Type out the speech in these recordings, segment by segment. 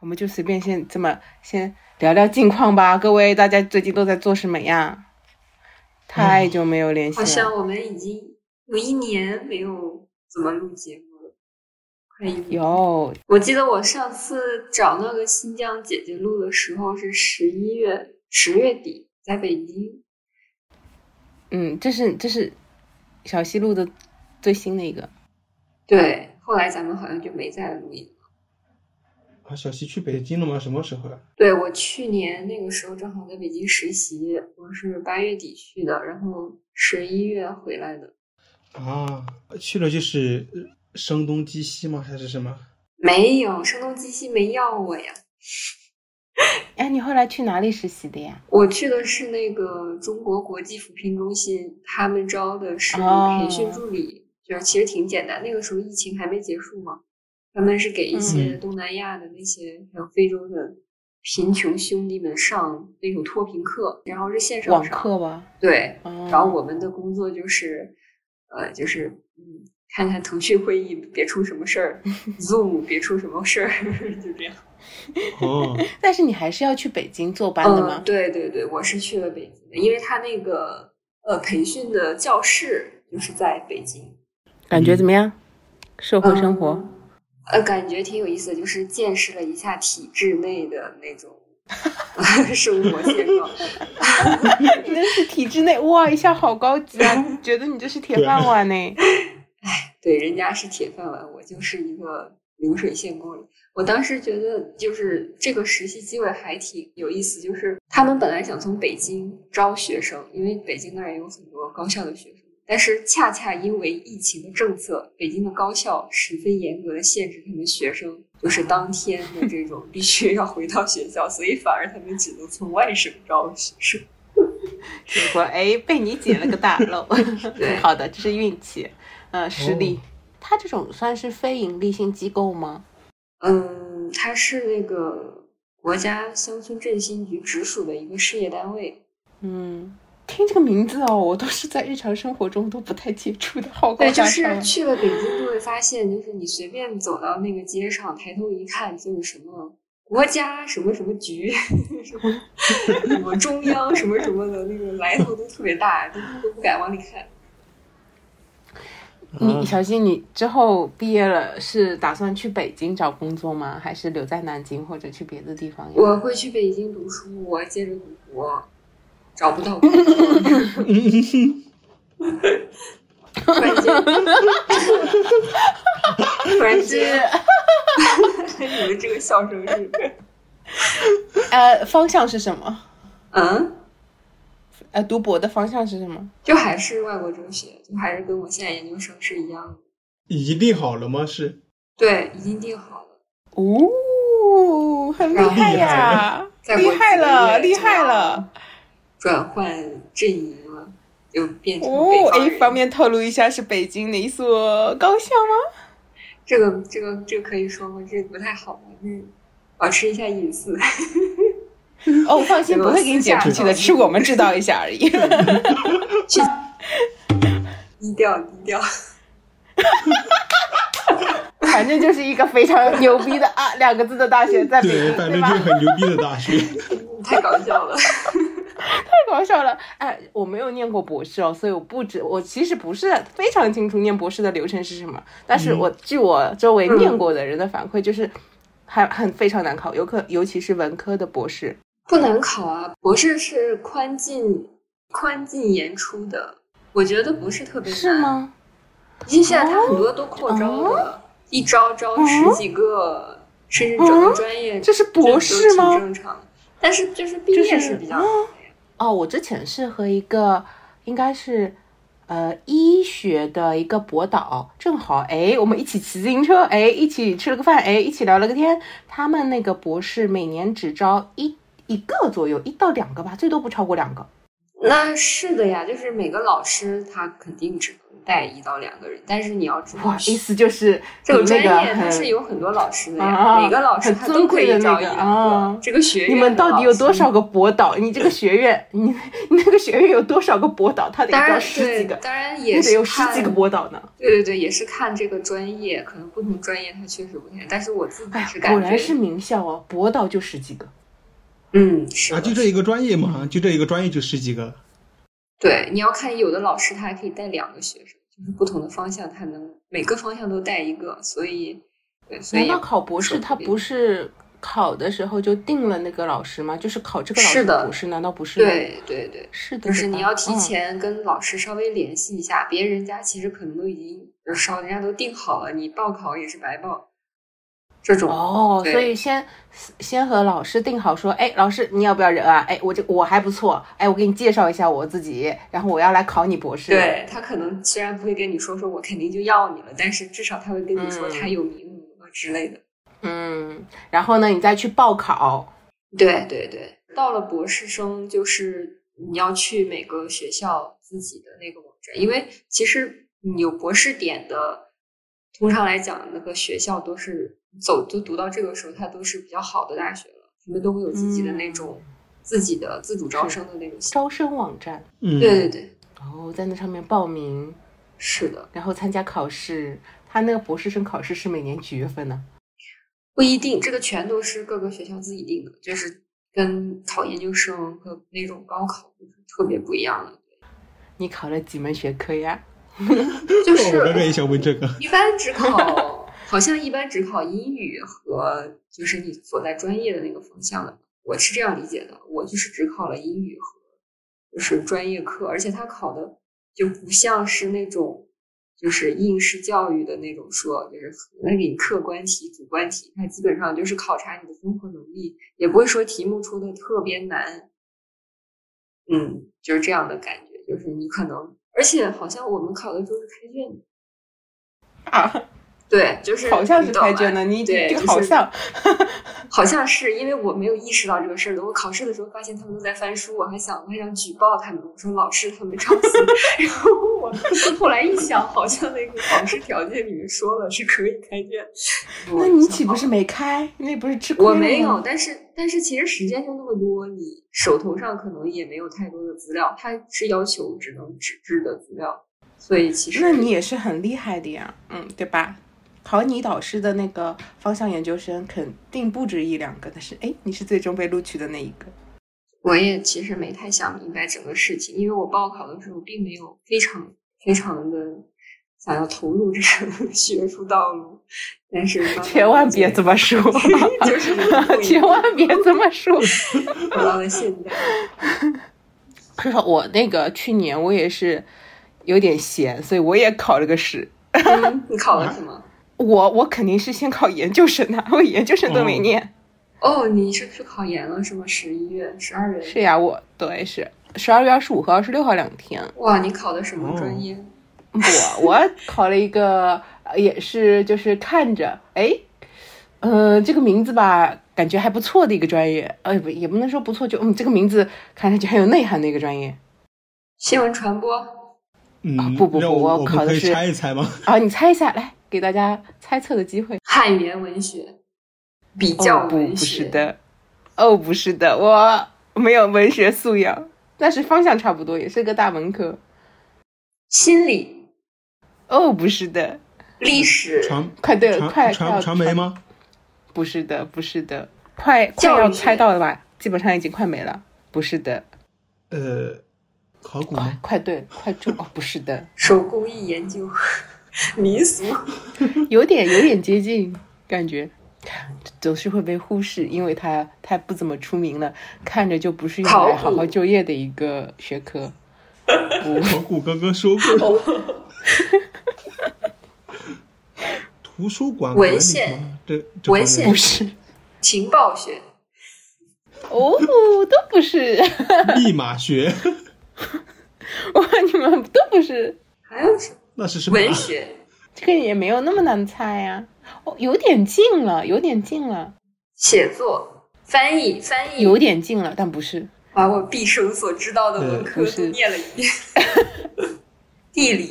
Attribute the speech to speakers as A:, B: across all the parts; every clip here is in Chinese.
A: 我们就随便先这么先聊聊近况吧，各位大家最近都在做什么呀？太久没有联系
B: 好
A: 了，
B: 像我们已经有一年没有怎么录节目了，快一年。
A: 有
B: 我记得我上次找那个新疆姐姐录的时候是十一月十月底，在北京。
A: 嗯，这是这是小溪录的最新的一个，
B: 对，后来咱们好像就没再录音。
C: 啊，小西去北京了吗？什么时候啊呀、
B: 对，我去年那个时候正好在北京实习，我是八月底去的，然后十一月回来的。
C: 啊？去了就是呃声东击西吗？还是什么？
B: 没有，声东击西没要我呀。
A: 哎，你后来去哪里实习的呀？
B: 我去的是那个中国国际扶贫中心，他们招的是
A: 哦
B: 培训助理，就是其实挺简单。那个时候疫情还没结束嘛，他们是给一些
A: 嗯
B: 东南亚的那些还有非洲的贫穷兄弟们上那种脱贫课，然后是线上
A: 网
B: 上。
A: 课吧？
B: 对，
A: 哦
B: 然后我们的工作就是，呃，就是嗯，看看腾讯会议别出什么事 儿，Zoom 别出什么事儿， 就这样。
C: 哦，
A: 但是你还是要去北京坐班的
B: 嗯，
A: 吗？
B: 对对对，我是去了北京的，因为他那个呃培训的教室就是在北京。
A: 感觉怎么样？社会生活？
B: 嗯呃，感觉挺有意思的，就是见识了一下体制内的那种 生活现状。
A: 嗯 你那是体制内哇，一下好高级啊！觉得你这是铁饭碗呢。
B: 对，人家是铁饭碗，我就是一个流水线工人。我当时觉得，就是这个实习机会还挺有意思，就是他们本来想从北京招学生，因为北京那儿也有很多高校的学生，但是恰恰因为疫情的政策，北京的高校十分严格的限制他们学生，就是当天的这种必须要回到学校，所以反而他们只能从外省招学生。
A: 结果哎，被你捡了个大漏。
B: 对
A: 好的，这是运气，呃，实力。他这种算是非盈利性机构吗？
B: 嗯，它是那个国家乡村振兴局直属的一个事业单位。
A: 嗯，听这个名字哦，我都是在日常生活中都不太接触的，好高
B: 对，就
A: 大上
B: 是
A: 啊。
B: 去了北京就会发现，就是你随便走到那个街上，抬头一看，就是什么国家什么什么局，什么什么中央什么什么的，那个来头都特别大，都都不敢往里看。
A: 你
C: 啊
A: 小新， 你之后毕业了是打算去北京找工作吗？还是留在南京或者去别的地方呀？
B: 我会去北京读书，我接着读博，找不到工作，突然间，突然间， 你们这个笑声是，
A: 呃，方向是什么？
B: 嗯。
A: 呃，读博的方向是什么？
B: 就还是外国哲学，就还是跟我现在研究生是一样的。
C: 一定好了吗？是
B: 对，已经定好了。
A: 哦，很厉害呀！
B: 再过
A: 厉害了，厉
B: 几个月就要
A: 害了！！
B: 转换阵营了，就变成北
A: 哦，
B: 方
A: 哎
B: 人。，
A: 方便透露一下是北京哪一所高校 吗？
B: 这个这个这个可以说吗？这个不太好吧？嗯，保持一下隐私。
A: 哦，放心，
B: 这
A: 不
B: 个
A: 会给你剪出去的，
B: 私下
A: 只是我们知道一下而 已。
B: 去低调低调。
A: 反正就是一个非常牛逼的啊两个字的大学，在北
C: 对，
A: 京，
C: 反
A: 对
C: 正就
A: 吧？
C: 是很牛逼的大学。
B: 嗯太搞笑了，
A: 太搞笑了！哎，我没有念过博士哦，所以我不知我其实不是非常清楚念博士的流程是什么。但是我、据我周围念过的人的反馈，就是还很非常难考，尤可尤其是文科的博士。
B: 不难考啊！博士是宽进宽进严出的，我觉得不是特别难。
A: 是？吗？
B: 因为现在它
A: 哦
B: 很多都扩招的，一招招十几个，甚至整个专业，
A: 哦这是博士吗
B: 这都挺正常。但是就是毕业是比较好的呀。
A: 哦，我之前是和一个应该是呃医学的一个博导，正好哎，我们一起骑自行车，哎，一起吃了个饭，哎，一起聊了个天。他们那个博士每年只招一一个左右，一到两个吧，最多不超过两个。
B: 那是的呀，就是每个老师他肯定只能带一到两个人，但是你要知道
A: 哇，，意思就是
B: 这个
A: 你
B: 专
A: 们那
B: 业
A: 个
B: 它
A: 很
B: 是有很多老师的呀，
A: 啊
B: 每个老师
A: 很
B: 他
A: 尊
B: 都可
A: 贵的
B: 以
A: 那
B: 招
A: 个
B: 一两个。
A: 啊
B: 这个学院
A: 你们到底有多少个
B: 个？
A: 博导？你这个学院，你你那个学院有多少个博导？他得
B: 当
A: 招
B: 然
A: 十几
B: 对
A: 个，
B: 当然
A: 你
B: 也
A: 得
B: 是
A: 有十几个
B: 看
A: 博导呢。
B: 对对对，也是看这个专业，可能不同专业它确实不太，但是我自己
A: 哎呀
B: 是，感
A: 果
B: 觉，
A: 然是名校哦，博导就十几个。
B: 嗯，是
C: 啊，
B: 的
C: 就这一个专业嘛，就这一个专业就十几个，
B: 对，你要看有的老师他还可以带两个学生，就是不同的方向，他能每个方向都带一个，所以，对，所
A: 难
B: 以
A: 道考博士
B: 是
A: 他不是考的时候就定了那个老师吗？就是考这个老
B: 是
A: 师
B: 的
A: 博士，难道不是吗？
B: 对对对，
A: 是嗯的，
B: 就是
A: 对吧
B: 你要提。前跟老师稍微联系一下，别人家其实可能都已经呃稍人家都定好了，你报考也是白报，这种
A: 嗯哦，
B: 对
A: 所以先先和老师定好说，哎，老师你要不要人啊？哎，我这我还不错，哎，我给你介绍一下我自己，然后我要来考你博士。，
B: 对他可能虽然不会跟你说说我肯定就要你了，但是至少他会跟你说
A: 嗯
B: 他有名额之类的。
A: 嗯，然后呢，你再去报考。
B: 对
C: 嗯
B: 对对，到了博士生就是你要去每个学校自己的那个网站，因为其实你有博士点的，通常来讲那个学校都是走就读到这个时候，它都是比较好的大学了，他们都会有自己的
C: 嗯
B: 那种、自己的自主招生的那种系统。
A: 招生网站，
C: 嗯，
B: 对对对，
A: 哦，在那上面报名，
B: 是的，
A: 然后参加考试。他那个博士生考试是每年几月份呢？
B: 不一定，这个全都是各个学校自己定的，就是跟考研究生和那种高考就是特别不一样了。
A: 你考了几门学科 呀？
B: 就
C: 哦
B: 是嗯
C: 我刚刚也想问这个，
B: 一般只考，好像一般只考英语和就是你所在专业的那个方向的。我是这样理解的，我就是只考了英语和就是专业课，而且他考的就不像是那种就是应试教育的那种说，就是那给你客观题、主观题，它基本上就是考察你的综合能力，也不会说题目出的特别难。嗯，就是这样的感觉，就是你可能，而且好像我们考的时候是开卷的。
A: 啊，
B: 对，就是
A: 好像
B: 你
A: 是
B: 懂
A: 开
B: 吧
A: 卷的，你
B: 对
A: 这个
B: 就
A: 好
B: 是
A: 像，
B: 好像是因为我没有意识到这个事儿的。我考试的时候发现他们都在翻书，我还想我还想举报他们，我说老师他们抄 袭。然后我后来一想，好像那个考试条件里面说了是可以开卷。
A: 那
B: 我
A: 你
B: 想
A: 岂不
B: 好
A: 是没开？那不是吃亏
B: 我
A: 了吗
B: 没有，但是但是其实时间就那么多，你手头上可能也没有太多的资料，它是要求只能纸质的资料，所以其实
A: 那你也是很厉害的呀，嗯，对吧？考你导师的那个方向研究生肯定不止一两个，但是哎，你是最终被录取的那一个。
B: 我也其实没太想明白整个事情，因为我报考的时候并没有非常非常的想要投入这个 学术道路，但是慢慢地
A: 千万别
B: 就
A: 这么 说，
B: 就是一 步一步
A: 千万别这么 说。
B: 走到了现在。
A: 至少我那个去年我也是有点闲，所以我也考了个试。
B: 嗯你考了什么？
A: 我我肯定是先考研究生的， 我研究生都没
C: 哦
A: 念。
B: 哦，你是去考研了是吗？十一月、十二月？
A: 是呀，我对是十二月二十五和二十六号两天，
B: 哇，你考的什么专业？
A: 我 我考了一个，呃也是就是看着，哎，呃，这个名字吧，感觉还不错的一个专业，呃，不也不能说不错，就嗯，这个名字看上去很有内涵的一个专业
B: 新闻传播。
A: 啊
C: 嗯，
A: 不不不
C: 让我
A: 我
C: 们
A: 考的
C: 可以
A: 是
C: 猜一猜吗？
A: 啊，你猜一下，来给大家猜测的机会。
B: 汉语言文学、比
A: 哦
B: 较
A: 不
B: 文
A: 不
B: 学，
A: 是的，哦不是的，我没有文学素养，但是方向差不多，也是个大文科。
B: 心理、
A: 哦不是的，
B: 历史、
C: 传
A: 快对了，快
C: 传
A: 快要
C: 传传媒吗？
A: 不是的，不是的，快快
B: 教育
A: 要
B: 学
A: 猜到了吧？基本上已经快没了。不是的，
C: 呃，考古
A: 快
C: 吗？
A: 快对，快中哦，不是的，
B: 手工艺研究、 民俗。
A: 有点有点接近，感觉总是会被忽视，因为它它不怎么出名了，看着就不是用
B: 考
A: 来
B: 古
A: 好好就业的一个学科。哎
C: 考古刚刚说过，
A: 哦
C: 图书馆管理
B: 文献
C: 吗这这
B: 文
C: 方面
A: 不
B: 献
A: 是
B: 情报学、
A: 哦，都不是，
C: 密码学
A: 哇，你们都不是，
B: 还有什么
C: 那是什么？
B: 文学、
A: 这个也没有那么难猜呀、哦，有点近了，有点近了，
B: 写作、翻译、翻译
A: 有点近了，但不是。
B: 把我毕生所知道的文科
A: 呃不
B: 都
A: 是
B: 念了一遍。地理、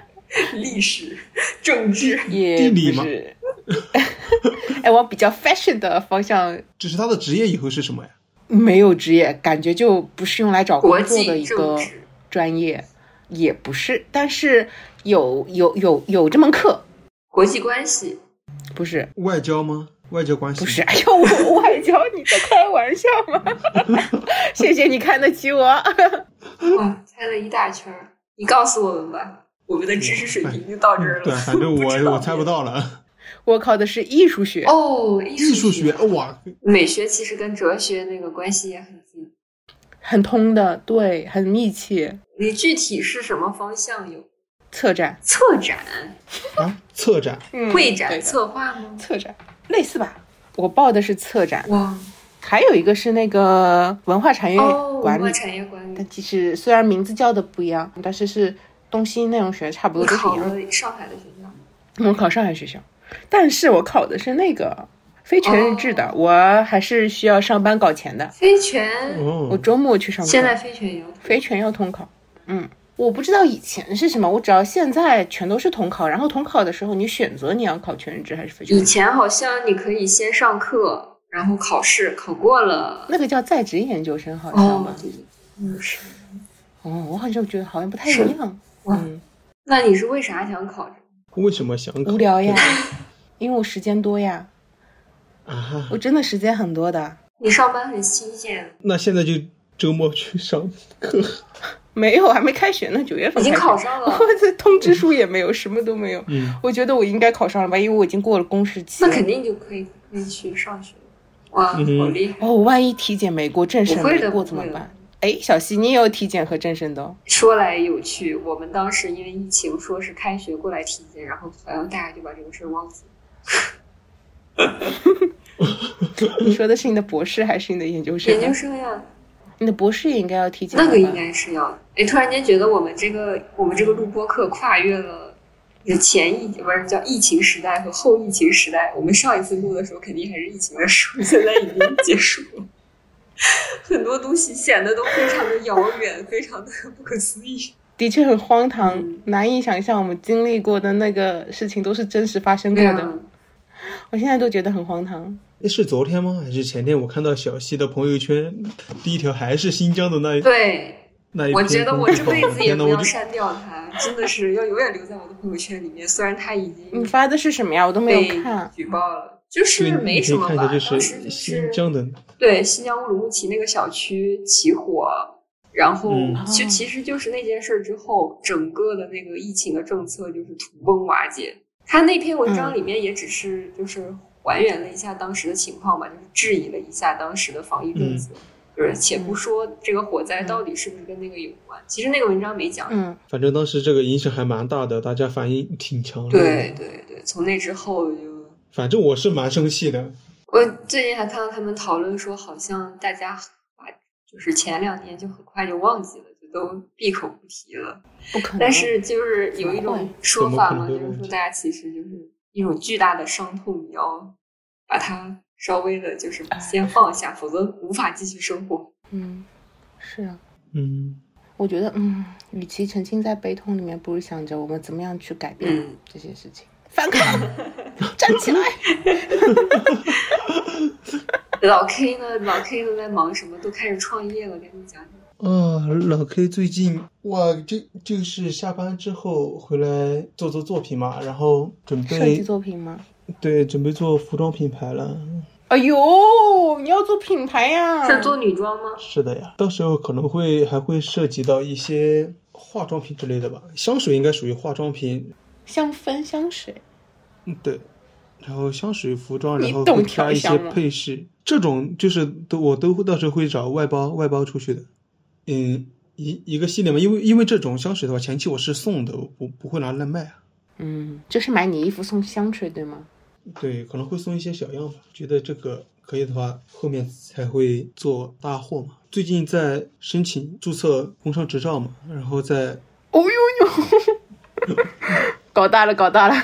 B: 历史、政治，
C: 地
A: 也
C: 理
A: 不
C: 吗
A: 是。 哎，往比较 fashion 的方向，
C: 只是他的职业以后是什么呀？
A: 没有职业，感觉就不是用来找
B: 国
A: 工作的
B: 际
A: 一
B: 政
A: 个
B: 治。
A: 专业，也不是。但是有有有有这门课，
B: 国际关系，
A: 不是
C: 外交吗？外交关系？
A: 不是。，哎呦，我我还教你在开玩笑吗？ 谢谢你看得起我。
B: 哇，猜了一大圈儿。你告诉我们吧，我们的知识水平就到这儿了。
C: 对，啊反 正
B: 知道
C: 我我猜不到了。
A: 我考的是艺术学，
B: 哦，
C: 艺
B: 艺
C: 术学，
B: 学，
C: 哇，
B: 美学其实跟哲学那个关系也很近。
A: 很通的，对，很密切。
B: 你具体是什么方向有？
A: 策展、
B: 策展、
C: 啊，策展，
B: 嗯
A: 嗯
B: 会
A: 对
B: 展、
A: 的
B: 策划吗？
A: 策展类似吧？我报的是策展，
B: 哇，
A: 还有一个是那个文化产业
B: 哦，
A: 管
B: 文
A: 理。
B: 化产业管理
A: 但。其实虽然名字叫的不一样，但是是东西内容学差不
B: 你
A: 多都是
B: 考
A: 一样的。
B: 了上海的学校，
A: 我考上海学校，但是我考的是那个非全日制
B: 哦
A: 的，我还是需要上班搞钱的。
B: 飞泉，
A: 我
C: 哦，
A: 周末去上课。
B: 嗯现在飞泉也有。
A: 非全要统考。嗯，我不知道以前是什么，我只要现在全都是统考。然后统考的时候，你选择你要考全日制还是非全
B: 以
A: 日制，
B: 前好像你可以先上课，然后考试，考过了，
A: 那个叫在职研究生好像
B: 哦
A: 吧？，
B: 对，嗯是。
A: 哦我好像觉得好像不太一
B: 是
A: 样。
B: 哇
A: 嗯，
B: 那你是为啥想考这个？
C: 为什么想考
A: 无聊呀， 因为我时间多呀，
C: 啊哈？
A: 我真的时间很多的。
B: 你上班很新鲜，
C: 那现在就周末去上课，没
A: 没有，还没开学呢，九月份
B: 已经
A: 开学
B: 考上了，
A: 我这通知书也没有，什么都没有。
C: 嗯，
A: 我觉得我应该考上了吧，因为我已经过了公示期
B: 那
A: 了。
B: 肯定就可以可以去上学。哇，好
C: 嗯哼
B: 厉害！
A: 哦，我万一体检没过，政审
B: 不会
A: 没
B: 的
A: 过
B: 不
A: 怎么
B: 会的
A: 办？哎，小溪，你也有体检和政审的 哦。
B: 说来有趣，我们当时因为疫情，说是开学过来体检，然后好像大家就把这个事儿忘记了。
A: 你说的是你的博士还是你的研究生
B: 研
A: 啊？
B: 究生呀，
A: 你的博士也应该要体检
B: 那个
A: 了吧
B: 应该是要的。哎，突然间觉得我们这个我们这个录播课跨越了前疫不是叫疫情时代和后疫情时代。我们上一次录的时候肯定还是疫情的时候， 现在已经结束了。很多东西显得都非常的遥远，非常的不可思议。
A: 的确很荒唐，
B: 嗯
A: 难以想象我们经历过的那个事情都是真实发生过
B: 啊
A: 的。
B: 嗯
A: 我现在都觉得很荒唐。
C: 诶是昨天吗？还是前天？我看到小溪的朋友圈第一条还是新疆的那一
B: 对，
C: 那一篇
B: 我觉得我这辈子也
C: 天呐
B: 不
C: 我
B: 要
C: 就
B: 删掉它，真的是要永远留在我的朋友圈里面。虽然它已
A: 你
B: 经
A: 发的是什么呀？我都嗯没
B: 被
A: 有看。
B: 举报了，就是
C: 对，
B: 没什么
C: 你可以
B: 吧。
C: 看一下，
B: 当
C: 就
B: 时就是
C: 新疆的，
B: 对，新疆乌鲁木齐那个小区起火，然后
C: 嗯
B: 就
A: 哦
B: 其实就是那件事儿之后，整个的那个疫情的政策就是土崩瓦解。他那篇文
A: 嗯
B: 章里面也只是就是还原了一下当时的情况吧，就是质疑了一下当时的防疫政策。
A: 嗯
B: 就是且不说这个火灾到底是不是跟那个有关，其实那个文章没讲。
A: 嗯，
C: 反正当时这个影响还蛮大的，大家反应挺强烈的。
B: 对，对对，从那之后就
C: 反正我是蛮生气的。
B: 我最近还看到他们讨论说，好像大家把就是前两年就很快就忘记了，就都闭口不提了。
A: 不可能。
B: 但是就是有一
A: 嗯怎么
B: 种
A: 会
B: 说法嘛，
C: 怎
B: 就
C: 么可能会忘
B: 是说
C: 记
B: 大家其实就是一种巨大的伤痛，你要把它稍微的，就是先放下，否则无法继续生活。
A: 嗯，是啊，
C: 嗯，
A: 我觉得，嗯，与其沉浸在悲痛里面，不如想着我们怎么样去改变
B: 嗯
A: 这些事情。反抗， 站 起来！
B: 老 K 呢，老 K 都在忙什么？都开始创业了，赶紧讲讲。
A: 哦
C: 啊，老 K 最近哇，这就是下班之后回来做做作品嘛，然后准
A: 设计
C: 备
A: 作品吗？
C: 对准备做服装品牌了。
A: 哎呦，你要做品牌呀！
B: 是做女装吗？
C: 是的呀，到时候可能会还会涉及到一些化妆品之类的吧，香水应该属于化妆品，
A: 香氛、香水。
C: 嗯对，然后香水、服装，
A: 你
C: 然后
A: 懂
C: 会
A: 调
C: 加一
A: 香
C: 些
A: 吗
C: 配饰，这种就是都我都会到时候会找外包外包出去的，嗯，一一个系列嘛，因为因为这种香水的话，前期我是送的，我不不会拿来卖啊，
A: 嗯，就是买你衣服送香水，对吗？
C: 对，可能会送一些小样吧，觉得这个可以的话，后面才会做大货嘛。最近在申请注册工商执照嘛，然后在
A: 哦呦呦， 搞大了，搞大了，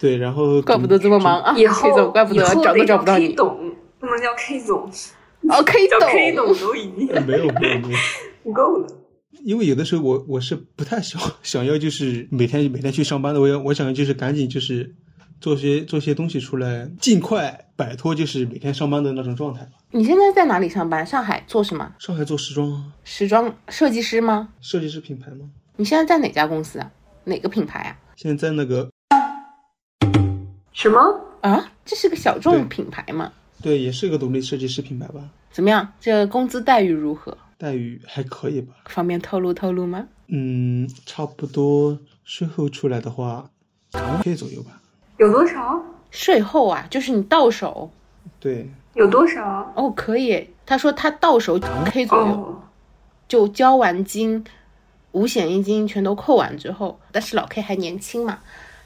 C: 对，然后
A: 怪不得这么忙啊！
B: 嗯以后
A: K 总，怪不得
B: 以后
A: 找都
B: 得
A: 找不
B: 叫
A: 到
B: K
A: 你。
B: 总，不能叫 K 总，
A: 哦，K
B: 叫 K
A: 总，
B: 总都已经
C: 呃没有没有没有，
B: 不够了。
C: 因为有的时候我我是不太想想要就是每天每天去上班的，我要我想要就是赶紧就是做些做些东西出来，尽快摆脱就是每天上班的那种状态吧。
A: 你现在在哪里上班？上海做什么？
C: 上海做时装啊
A: 时装设计师吗？
C: 设计师品牌吗？
A: 你现在在哪家公司啊？哪个品牌啊？
C: 现在那个
B: 什么？
A: 啊，这是个小
C: 对
A: 众品牌嘛？
C: 对，也是个独立设计师品牌吧，
A: 怎么样？这工资待遇如何？
C: 待遇还可以吧。
A: 方便透露透露吗？
C: 嗯，差不多税后出来的话，两万 K 左右吧。
B: 有多少？
A: 税后啊，就是你到手
C: 对，
B: 有多少？
A: 哦，可以。他说他到手 K 左右，
B: 哦，
A: 就交完金、五险一金全都扣完之后，但是老 K 还年轻嘛，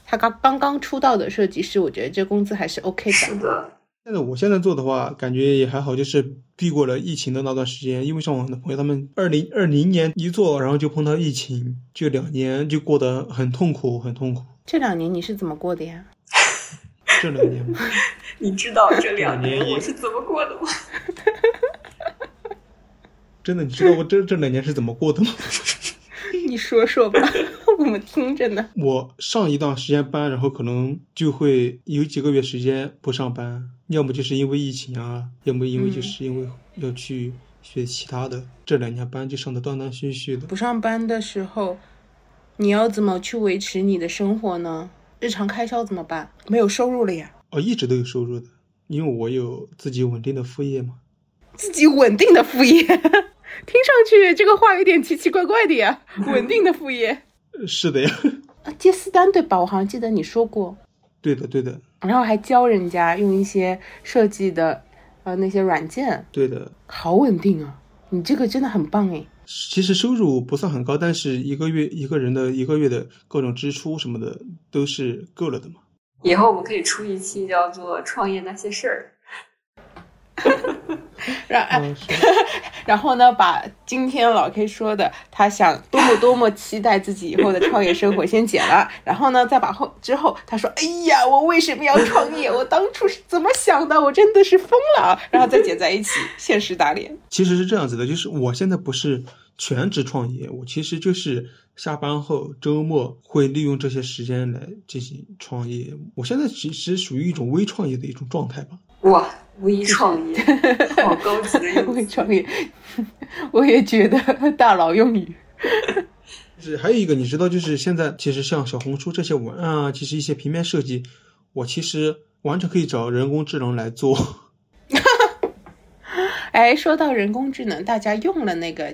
A: 他刚刚刚出道的设计师，我觉得这工资还是 OK
B: 是
A: 的。
B: 的，
C: 现在我现在做的话，感觉也还好，就是避过了疫情的那段时间。因为像我的朋友，他们二零二零年一做，然后就碰到疫情，就两年就过得很痛苦，很痛苦。
A: 这两年你是怎么过的呀？
C: 这两年嘛
B: 你知道这
C: 两
B: 两
C: 年
B: 年
C: 一
B: 我是怎么过的吗？
C: 真的，你知道我这这两年是怎么过的吗？
A: 你说说吧， 我们听着呢。
C: 我上一段时间班，然后可能就会有几个月时间不上班，要么就是因为疫情啊，要么因为就是因为要去学其他的。这两年班就上的断断续续的。
A: 不上班的时候，你要怎么去维持你的生活呢？日常开销怎么办？没有收入了呀，
C: 哦，一直都有收入的，因为我有自己稳定的副业嘛。
A: 自己稳定的副 业，听上去这个话有点奇奇怪怪的呀。稳定的副业，
C: 呃是的呀，
A: 啊，接私单对吧？我好像记得你说过，
C: 对的，对的，
A: 然后还教人家用一些设计的呃那些软件，
C: 对的。
A: 好稳定啊！你这个真的很棒哎诶。
C: 其实收入不算很高，但是一个月一个人的一个月的各种支出什么的都是够了的嘛。
B: 以后我们可以出一期叫做《创业那些事儿
A: 然
C: 啊、
A: 哎
C: 是
A: 然后呢，把今天老 K 说的他想多么多么期待自己以后的创业生活先剪 了，然后呢，再把后之后他说，哎呀，我为什么要创业？我当初是怎么想的？我真的是疯了！啊然后再剪在一起，现实打脸。
C: 其实是这样子的，就是我现在不是全职创业，我其实就是下班后周末会利用这些时间来进行创业。我现在其实属于一种微创业的一种状态吧。》。
B: 哇，无一创 业， 好高级的
A: 我
B: 用
A: 也
B: 词。
A: 创业，我也觉得大佬用语。
C: 就是还有一个，你知道，就是现在其实像小红书这些文案啊，其实一些平面设计，我其实完全可以找人工智能来做。
A: 哎，说到人工智能，大家用了那个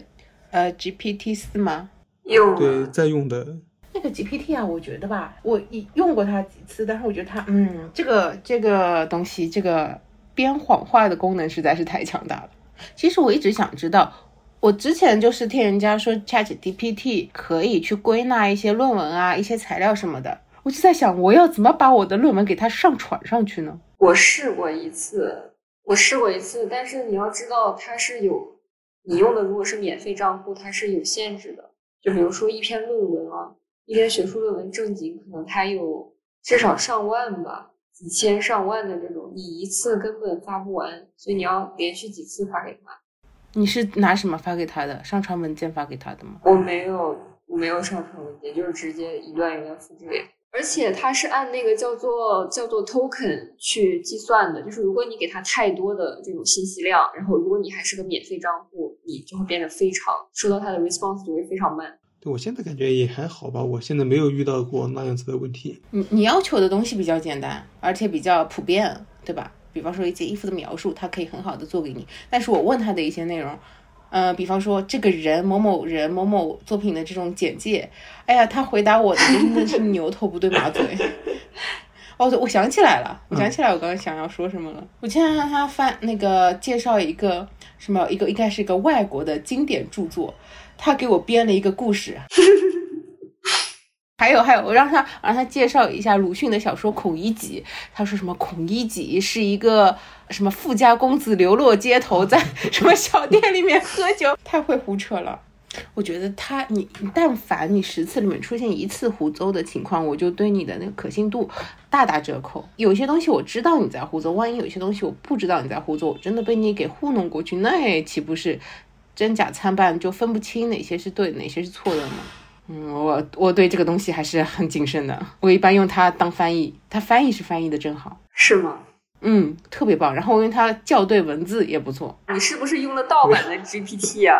A: 呃 GPT 四吗？
B: 用
C: 对，
B: 了
C: 在用的
A: 那个 GPT 啊，我觉得吧，我一用过它几次，但是我觉得它，嗯，这个这个东西，这个编谎话的功能实在是太强大了。其实我一直想知道，我之前就是听人家说 Chat GPT 可以去归纳一些论文啊、一些材料什么的，我就在想，我要怎么把我的论文给它上传上去呢？
B: 我试过一次，我试过一次，但是你要知道，它是有你用的，如果是免费账户，它是有限制的。就比如说一篇论文啊，一篇学术论文正经，可能它有至少上万吧，几千上万的这种，你一次根本发不完，所以你要连续几次发给他。
A: 你是拿什么发给它的？上传文件发给它的吗？
B: 我没有，我没有上传文件，就是直接一段一段复制给他。而且它是按那个叫做叫做 token 去计算的，就是如果你给它太多的这种信息量，然后如果你还是个免费账户，你就会变得非常收到它的 response 就会非常慢。
C: 对我现在感觉也还好吧，我现在没有遇到过那样子的问题。
A: 你你要求的东西比较简单，而且比较普遍，对吧？比方说一件衣服的描述，它可以很好的做给你。但是我问他的一些内容，呃，比方说这个人某某人某某作品的这种简介，哎呀，他回答我的真的是牛头不对马嘴。 哦，对我想起来了，我想起来我刚刚想要说什么了。我竟然让他翻那个介绍一个什么一个应该是一个外国的经典著作，他给我编了一个故事，还有还有，我让他我让他介绍一下鲁迅的小说《孔乙己》，他说什么孔乙己是一个什么富家公子流落街头，在什么小店里面喝酒，太会胡扯了。我觉得他你你但凡你十次里面出现一次胡诌的情况，我就对你的那个可信度大打折扣。有些东西我知道你在胡诌，万一有些东西我不知道你在胡诌，我真的被你给糊弄过去，那岂不是真假参半，就分不清哪些是对，哪些是错的吗？嗯，我我对这个东西还是很谨慎的。我一般用它当翻译，它翻译是翻译的真好，
B: 是吗？
A: 嗯，特别棒。然后我用它校对文字也不错，
B: 你是不是用了盗版的 GPT 啊？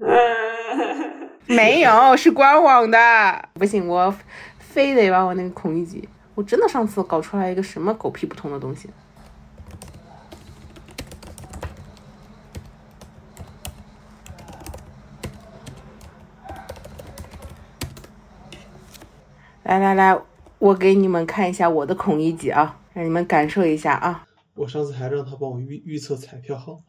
B: 嗯，
A: 没有是官网的。不行，我非得把我那个孔乙己，我真的上次搞出来一个什么狗屁不通的东西。来来来，我给你们看一下我的孔乙己啊，让你们感受一下啊。
C: 我上次还让他帮我预预测彩票号码，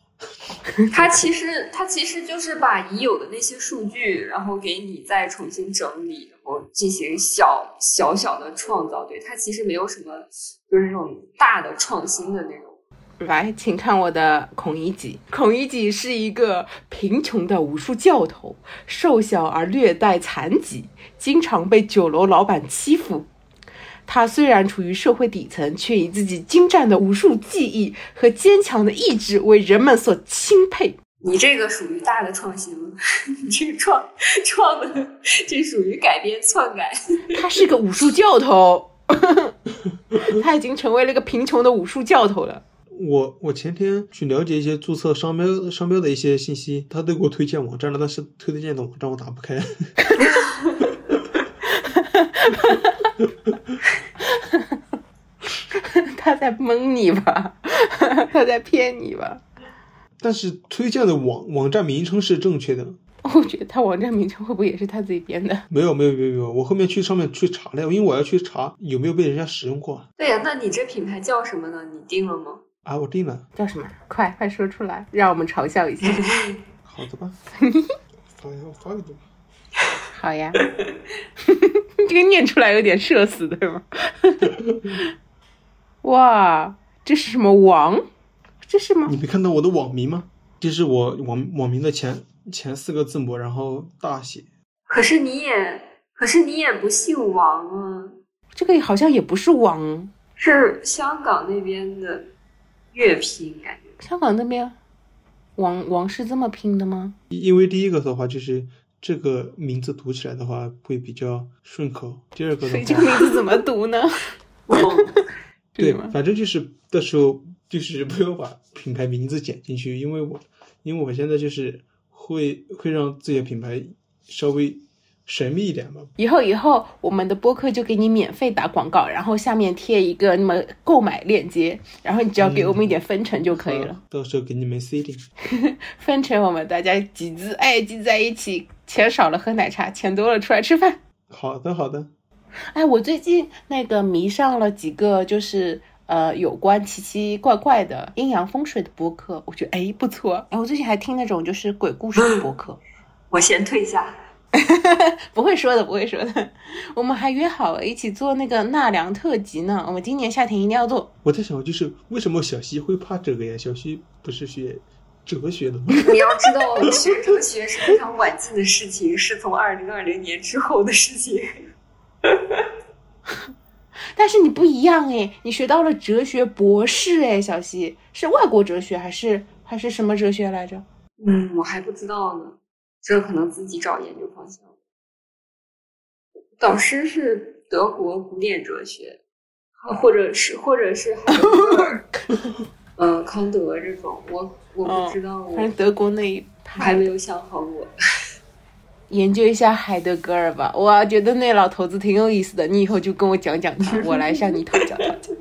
B: 它其实它其实就是把已有的那些数据，然后给你再重新整理，然后进行小小小的创造。对，它其实没有什么就是那种大的创新的那种。
A: 来，请看我的孔乙己。孔乙己是一个贫穷的武术教头，瘦小而略带残疾，经常被酒楼老板欺负。他虽然处于社会底层，却以自己精湛的武术技艺和坚强的意志为人们所钦佩。
B: 你这个属于大的创新了， 你这个创创的这属于改编篡改。
A: 他是个武术教头， 他已经成为了一个贫穷的武术教头了。
C: 我我前天去了解一些注册商标商标的一些信息，他都给我推荐网站了，但是推荐的网站我打不开。
A: 他在蒙你吧， 他在骗你吧。
C: 但是推荐的网网站名称是正确的，
A: 我觉得他网站名称会不会也是他自己编的？
C: 没有没有没有没有，我后面去上面去查了，因为我要去查有没有被人家使用过啊
B: 对呀、那你这品牌叫什么呢？你定了吗？
C: 啊，我定了，
A: 叫什么？快快说出来，让我们嘲笑一下。
C: 好的吧，发我发给你。
A: 好呀， 这个念出来有点社死，对吗？ 哇，这是什么王？这是吗
C: 你？没看到我的网名吗？这是我网网名的前前四个字母，然后大写。
B: 可是你也，可是你也不姓王啊，
A: 这个好像也不是王，
B: 是香港那边的乐评感觉。
A: 香港那边王王是这么拼的吗？
C: 因因为第一个的话就是这个名字读起来的话会比较顺口，第二个
A: 所以
C: 的
A: 这个
C: 话
A: 名字怎么读呢？
B: 哦
A: 对
C: 对
A: 吗，
C: 反正就是到时候就是 不要把品牌名字剪进去，因为我因为我现在就是会会让自己的品牌稍微神秘一点吧，
A: 以后以后我们的播客就给你免费打广告，然后下面贴一个那么购买链接，然后你只要给我们一点分成就可以了。
C: 好，到时候给你们 C 定。
A: 分成我们大家集资，哎，集在一起，钱少了喝奶茶，钱多了出来吃饭。
C: 好的，好的，
A: 哎，我最近那个迷上了几个，就是呃有关奇奇怪怪的阴阳风水的播客，我觉得哎不错。哎，我最近还听那种就是鬼故事的播客，
B: 我先退下。
A: 不会说的，哎不会说的。我们还约好了一起做那个纳凉特辑呢，我们今年夏天一定要做。
C: 我在想就是为什么小西会怕这个呀？小西不是学哲学 的吗？
B: 你要知道，学哲学是非常晚近的事情，是从二零二零年之后的事情。
A: 但是你不一样哎，你学到了哲学博士哎，小溪是外国哲学还是还是什么哲学来着？
B: 嗯，我还不知道呢，这可能自己找研究方向。导师是德国古典哲学，或者是或者是海德格尔，嗯、康德这种，我我
A: 哦
B: 不知道，
A: 反正
B: 我
A: 德国那一
B: 还
A: 派，
B: 没有想好我。
A: 研究一下海德格尔吧。我觉得那老头子挺有意思的，你以后就跟我讲讲 他，我来向你讨教讨教。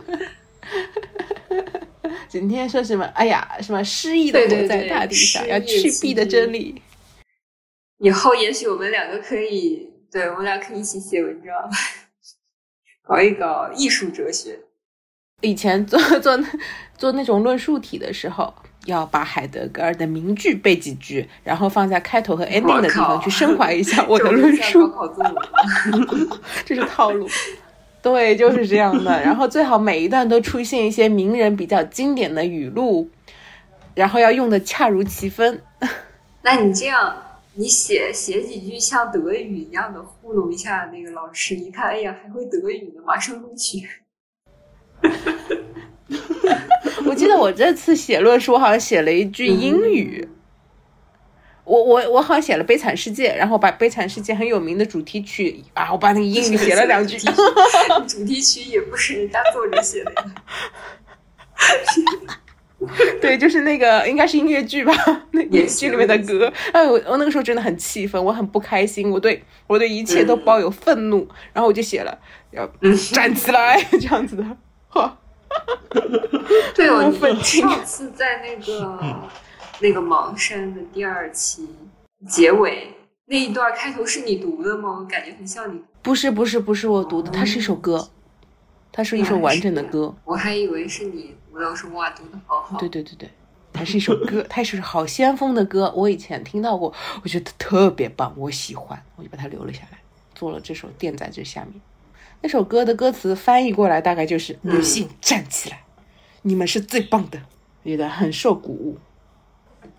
A: 整天说什么？哎呀，什么诗意的
B: 对对
A: 活在
B: 对
A: 大地上，
B: 诗
A: 要
B: 意
A: 去
B: 其
A: 弊的
B: 意
A: 真 理。
B: 以后也许我们两个可以，对我们俩可以一起写文章， 搞一搞艺术哲学。
A: 以前做 做那做那种论述题的时候，要把海德格尔的名句背几句，然后放在开头和 ending 的地
B: 我
A: 方
B: 靠
A: 去升华一下我
B: 这
A: 的
B: 不就
A: 论
B: 像
A: 述，
B: 高考作文吗
A: 这是套路。对，就是这样的。然后最好每一段都出现一些名人比较经典的语录，然后要用的恰如其分。
B: 那你这样，你写写几句像德语一样的糊弄一下那个老师，一看，哎呀，还会德语呢，马上录 取。
A: 我记得我这次写论述好像写了一句英语，我我我好像写了《悲惨世界》，然后把《悲惨世界》很有名的主题曲啊，我把那个英语写了两句。
B: 主题 曲也不是人家作者写的呀，
A: 对，就是那个应该是音乐剧吧，那
B: 也
A: 影剧
B: 行
A: 里面的
B: 也行
A: 歌。哎，我我那个时候真的很气愤，我很不开心，我对我对一切都
B: 嗯
A: 抱有愤怒，然后我就写了要站起来 这样子的话。
B: 对哦，
A: 愤
B: 你
A: 青
B: 上次在那
A: 嗯
B: 个那个盲山的第二期结尾那一段开头是你读的吗？我感觉很像你，
A: 不是不是不是我读的，它是一首
B: 嗯
A: 歌，它是一首完整的歌。
B: 我还以为是你读的，我说哇，读的好好。
A: 对对对对，它是一首歌，它是好先锋的歌，我以前听到过，我觉得特别棒，我喜欢，我就把它留了下来，做了这首垫在这下面。那首歌的歌词翻译过来大概就是“
B: 嗯
A: 女性站起来，你们是最棒的”，觉得很受鼓舞。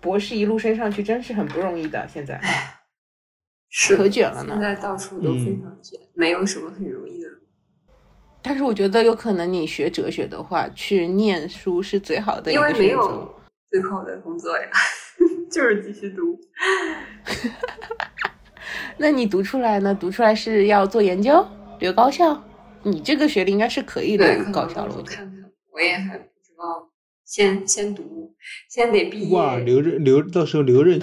A: 博士一路升上去真是很不容易的，现在
B: 是的
A: 可卷了呢嗯
B: 现在到处都非常卷，没有什么很容易的路。
A: 但是我觉得有可能你学哲学的话，去念书是最好的一
B: 因为
A: 个
B: 没
A: 选
B: 有
A: 择。
B: 最后的工作呀， 就是继续读。
A: 那你读出来呢？读出来是要做研究，留高校？你这个学历应该是可以
B: 对，
A: 留
B: 可
A: 高
B: 能
A: 校
B: 到
A: 了，
B: 时
A: 我
B: 候
A: 觉得。
B: 看看，我也还不知道，先先读，先得毕业。
C: 哇，留任留到时候留任，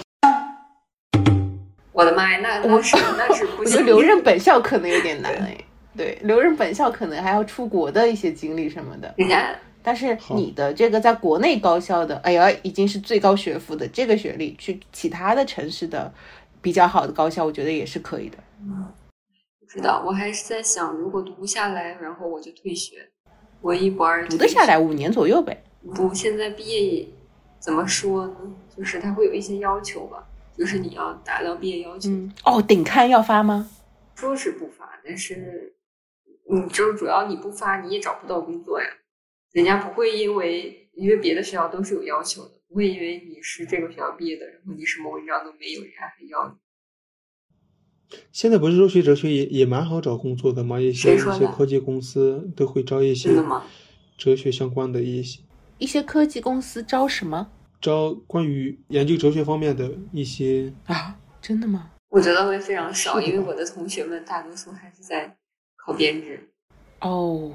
B: 我的妈呀，那那是那是不
A: 我觉得
B: 行。
A: 留任本校可能有点难哎。对，留任本校可能还要出国的一些经历什么的。
B: 人家
A: 但是
C: 好
A: 你的这个在国内高校的，哎呀，已经是最高学府的这个学历，去其他的城市的比较好的高校，我觉得也是可以的。
B: 不知道，我还是在想，如果读不下来，然后我就退学，我一不二
A: 读得下
B: 退学。
A: 来五年左右呗。
B: 不，现在毕业也怎么说呢？就是他会有一些要求吧，就是你要达到毕业要求。
A: 嗯，哦，顶刊要发吗？
B: 说是不发，
A: 嗯
B: 但是你就是主要你不发，你也找不到工作呀。人家不会因为因为别的学校都是有要求的，不会因为你是这个学校毕业的，然后你什么文章都没有，人家还要你。
C: 现在不是说学哲学也也蛮好找工作的吗？一些
B: 谁
C: 一
B: 说的
C: 些科技公司都会招一些
B: 真的吗？
C: 哲学相关的一些
A: 一些科技公司招什么
C: 招关于研究哲学方面的一些
A: 啊？真的吗？
B: 我觉得会非常少，因为我的同学们大多数还是在考编制。
A: 哦，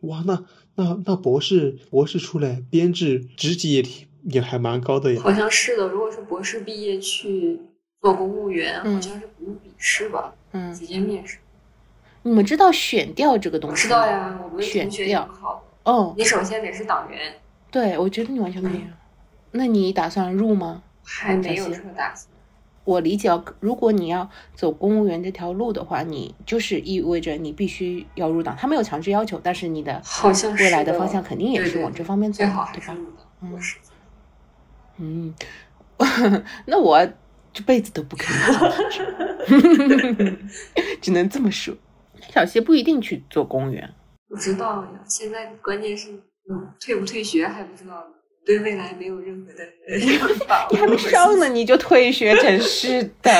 C: 哇，那那那博士博士出来编制职级也挺也还蛮高的呀。
B: 好像是的，如果是博士毕业去做公务员，
A: 嗯
B: 好像是不用笔试吧，
A: 嗯，
B: 直接面试。
A: 你们知道选调这个东
B: 我
A: 西？
B: 知道。呀，我们
A: 嗯选
B: 同学也
A: 调
B: 考，
A: 哦，
B: 你首先得是党员，
A: 对，我觉得你完全可以啊。那你打算入吗？
B: 还没有
A: 可惜
B: 这个打算。
A: 我理解哦，如果你要走公务员这条路的话，你就是意味着你必须要入党，他没有强制要求，但是你 的
B: 好像是
A: 未来的方向肯定也
B: 对
A: 是
B: 对
A: 往这方面走
B: 最好
A: 嘛，
B: 还
A: 对
B: 是
A: 吧？
B: 录的
A: 嗯
B: 博士。
A: 嗯， 那我这辈子都不可能 当老师，只能这么说。小谢不一定去做公务员，
B: 不知道呀，现在关键是嗯退不退学还不知道呢，对未来没有 任何的把握。
A: 你还没上呢，你就退学，真是的。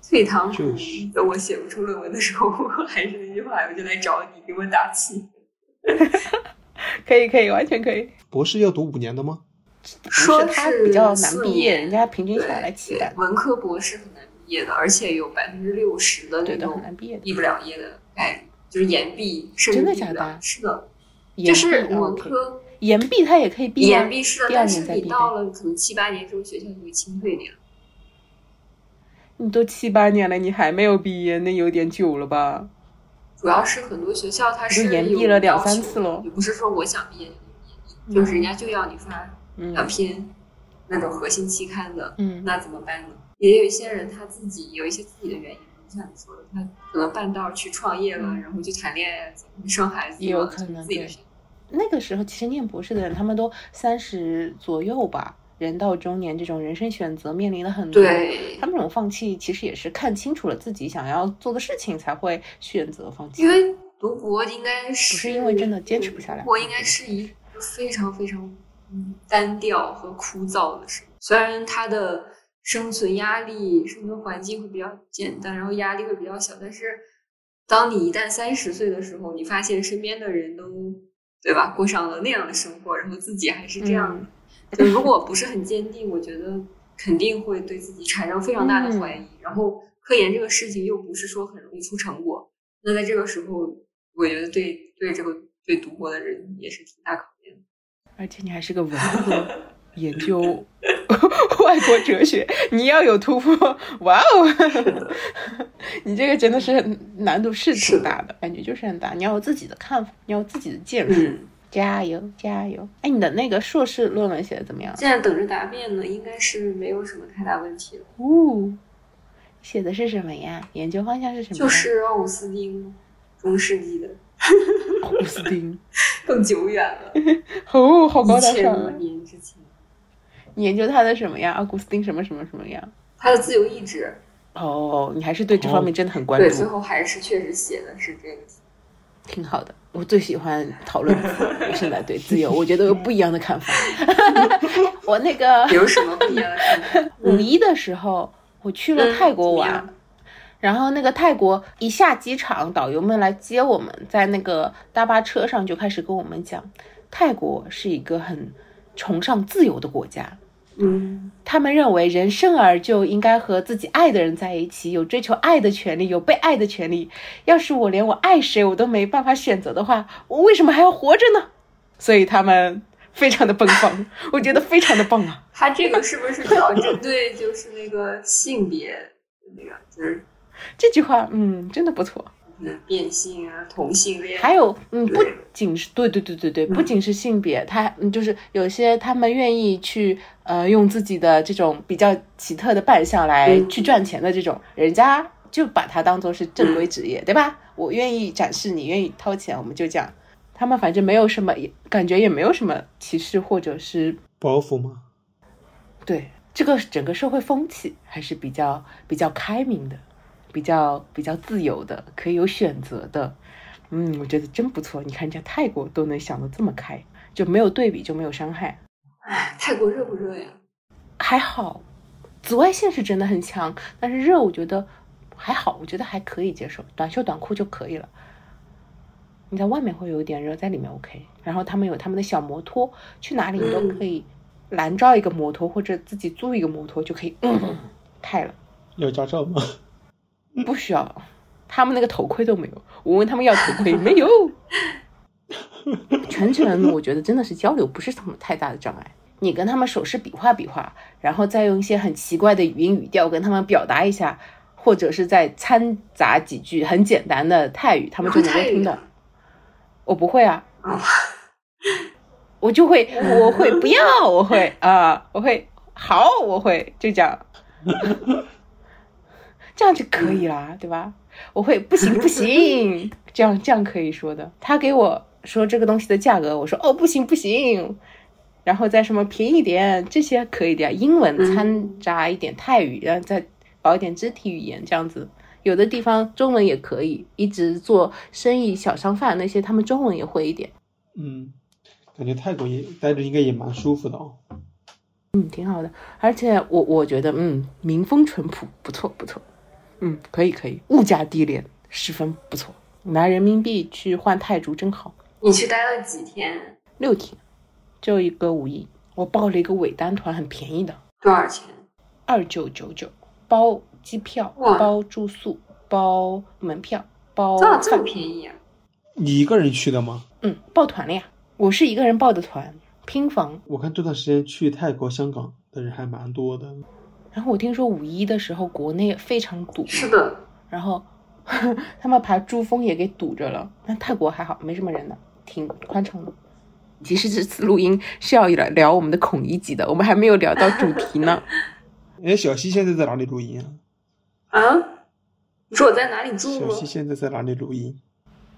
B: 退堂鼓
C: 就是。
B: 等我写不出论文的时候， 我还是那句话，我就来找你，给我 打气。
A: 可以可以，完全可以。
C: 博士要读五年的吗？
A: 不
B: 说
A: 是他比较难
B: 是
A: 毕业，
B: 四年
A: 人家平均下来
B: 对，
A: 七百
B: 对，文科博士很难毕业的，而且有百分之六十的
A: 对
B: 那
A: 的，很
B: 种
A: 难毕业的。
B: 毕不了业的概率，就是延毕，甚至
A: 真的
B: 毕不
A: 假的
B: 了是的，就
A: 延
B: 是
A: 毕
B: 文
A: ，OK，
B: 科
A: 延毕他也可以毕业
B: 延。毕是的，
A: 第二
B: 但
A: 年
B: 是
A: 再
B: 你
A: 毕
B: 到了可能七八年之后，学校就会清退你了。
A: 你都七八年了，你还没有毕业，那有点久了吧？
B: 主要是很多学校它是
A: 就延
B: 有
A: 毕了嗯两
B: 要求
A: 三次
B: 的
A: 咯
B: 也不是说我想毕业就毕业，就是人家就要你发
A: 嗯
B: 两篇那种核心期刊的，
A: 嗯，
B: 那怎么办呢？也有一些人他自己有一些自己的原因，就像你说的，他可能半道儿去创业了，
A: 嗯
B: 然后就谈恋爱、结婚生孩子了，
A: 也有可能
B: 自己的
A: 对
B: 选择
A: 那个时候其实念博士的人，他们都三十左右吧，人到中年这种人生选择面临了很多。
B: 对
A: 他，们这种放弃，其实也是看清楚了自己想要做的事情才会选择放弃。
B: 因为读博应该是
A: 不是因为真的坚持不下来
B: 我应该是一个非常非常嗯单调和枯燥的事。虽然它的生存压力、生存环境会比较简单，然后压力会比较小，但是当你一旦三十岁的时候，你发现身边的人都对吧过
A: 嗯
B: 上了那样的生活，然后自己还是这样的。就如果不是很坚定，我觉得肯定会对自己产生非常大的怀疑。
A: 嗯
B: 然后科研这个事情又不是说很容易出成果，那在这个时候，我觉得对对这个对读博的人也是挺大考验的。
A: 而且你还是个文科，研究 外国哲学，你要有突破，哇哦！ 你这个真的是很难度是
B: 是
A: 挺
B: 的
A: 大的，感觉就是很大。你要有自己的看法，你要有自己的见识。
B: 嗯，
A: 加油，加油！哎，你的那个硕士论文写的怎么样？啊
B: 现在等着答辩呢，应该是没有什么太大问题了。
A: 哦，写的是什么呀？研究方向是什么呀？
B: 就是奥古斯丁，中世纪的，
A: 奥古斯 丁。
B: 更久远了，
A: 哦， 好高
B: 一
A: 大
B: 千
A: 上
B: 多
A: 啊！
B: 年之前。
A: 你研究他的什么呀？奥古斯丁什么什么什么呀？
B: 他的自由意志，
A: 哦，你还是对这方面真的很关
B: 对，
A: 注
B: 最，后还是确实写的是这个题。
A: 挺好的。我最喜欢讨 论自由现在对自由，我觉得有不一样的看法。 我那个
B: 有什么不一样的 看法？
A: 五一的时候，我去了
B: 嗯
A: 泰国玩，
B: 怎么样
A: 然后那个泰国一下机场，导游们来接我们，在那个大巴车上就开始跟我们讲，泰国是一个很崇尚自由的国家。
B: 嗯，
A: 他们认为人生而就应该和自己爱的人在一起，有追求爱的权利，有被爱的权利。要是我连我爱谁我都没办法选择的话，我为什么还要活着呢？所以他们非常的奔放，我觉得非常的棒啊！
B: 他这个是不是主要针对就是那个性别那个，就是
A: 这句话，嗯，真的不错。
B: 嗯变性啊、同性恋？
A: 还有，嗯，不
B: 对
A: 仅是对对对对对，
B: 嗯
A: 不仅是性别，他嗯就是有些他们愿意去呃用自己的这种比较奇特的扮相来
B: 嗯
A: 去赚钱的这种，人家就把它当做是正规职业，
B: 嗯
A: 对吧？我愿意展示，你愿意掏钱，我们就这样。他们反正没有什么，也感觉也没有什么歧视或者是
C: 包袱嘛，
A: 对这个整个社会风气还是比较比较开明的，比较比较自由的，可以有选择的。嗯，我觉得真不错。你看人家泰国都能想得这么开，就没有对比就没有伤害，
B: 哎，泰国热不热呀？
A: 还好。紫外线是真的很强，但是热我觉得还好，我觉得还可以接受，短袖短裤就可以了。你在外面会有一点热，在里面 OK。然后他们有他们的小摩托，去哪里你都
B: 嗯
A: 可以拦招一个摩托，或者自己租一个摩托就可以、嗯、开了，
C: 要驾照嘛。
A: 不需要。他们那个头盔都没有，我问他们要头盔没 有。全程我觉得真的是交流不是什么太大的障碍，你跟他们手势比划比划，然后再用一些很奇怪的语音语调跟他们表达一下，或者是再掺杂几句很简单的泰语，他们就能够
B: 会泰语
A: 听
B: 啊
A: 懂。我不会啊，
B: 哦
A: 我就会，我会不要，我会啊、我会好，我会就这样，这样就可以啦，对吧？我会不行不行，这样这样可以说的。他给我说这个东西的价格，我说哦不行不行，然后再什么便宜点，这些可以的呀，英文
B: 嗯
A: 掺杂一点泰语，然后再搞一点肢体语言，这样子。有的地方中文也可以，一直做生意小商贩那些，他们中文也会一点，
C: 嗯，感觉泰国也待着应该也蛮舒服的哦。
A: 嗯，挺好的。而且我我觉得，嗯，民风淳朴，不错不错，嗯，可以可以，物价低廉，十分不错。拿人民币去换泰铢真好。
B: 你去待了几天？
A: 六天，就一个五一，我报了一个尾单团，很便宜的，
B: 多少钱？
A: 二九九九，包机票、
B: 哇
A: 包住宿、包门票、包
B: 这么这么
A: 饭，
B: 便宜啊？
C: 你一个人去的吗？
A: 嗯，报团了呀。我是一个人报的团，拼房。
C: 我看这段时间去泰国、香港的人还蛮多的。
A: 然后我听说五一的时候国内非常堵，
B: 是的，
A: 然后 他们把珠峰也给堵着了。但泰国还好，没什么人的，挺宽敞的。其实这次录音是要聊聊我们的孔乙己的，我们还没有聊到主题呢。
C: 哎，小西现在在哪里录音啊？
B: 啊？你说我在哪里住
C: 小
B: 吗？
C: 西现在在哪里录音？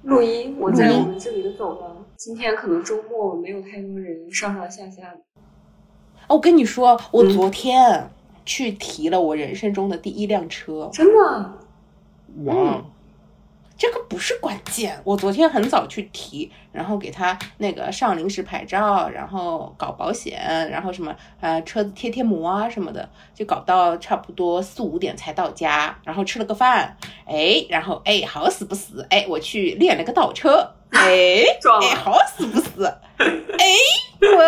B: 录音，我在
A: 录音
B: 我们这里的走廊。今天可能周末没有太多人上上下下的。
A: 哦，我跟你说，我
B: 嗯
A: 昨天去提了我人生中的第一辆车，
B: 真的？啊
C: 哇，
A: 嗯这个不是关键。我昨天很早去提，然后给他那个上临时牌照，然后搞保险，然后什么呃车子贴贴膜啊什么的，就搞到差不多四五点才到家，然后吃了个饭，哎，然后哎好死不死，哎我去练了个倒 车，哎
B: 撞了
A: 哎好死不死，哎我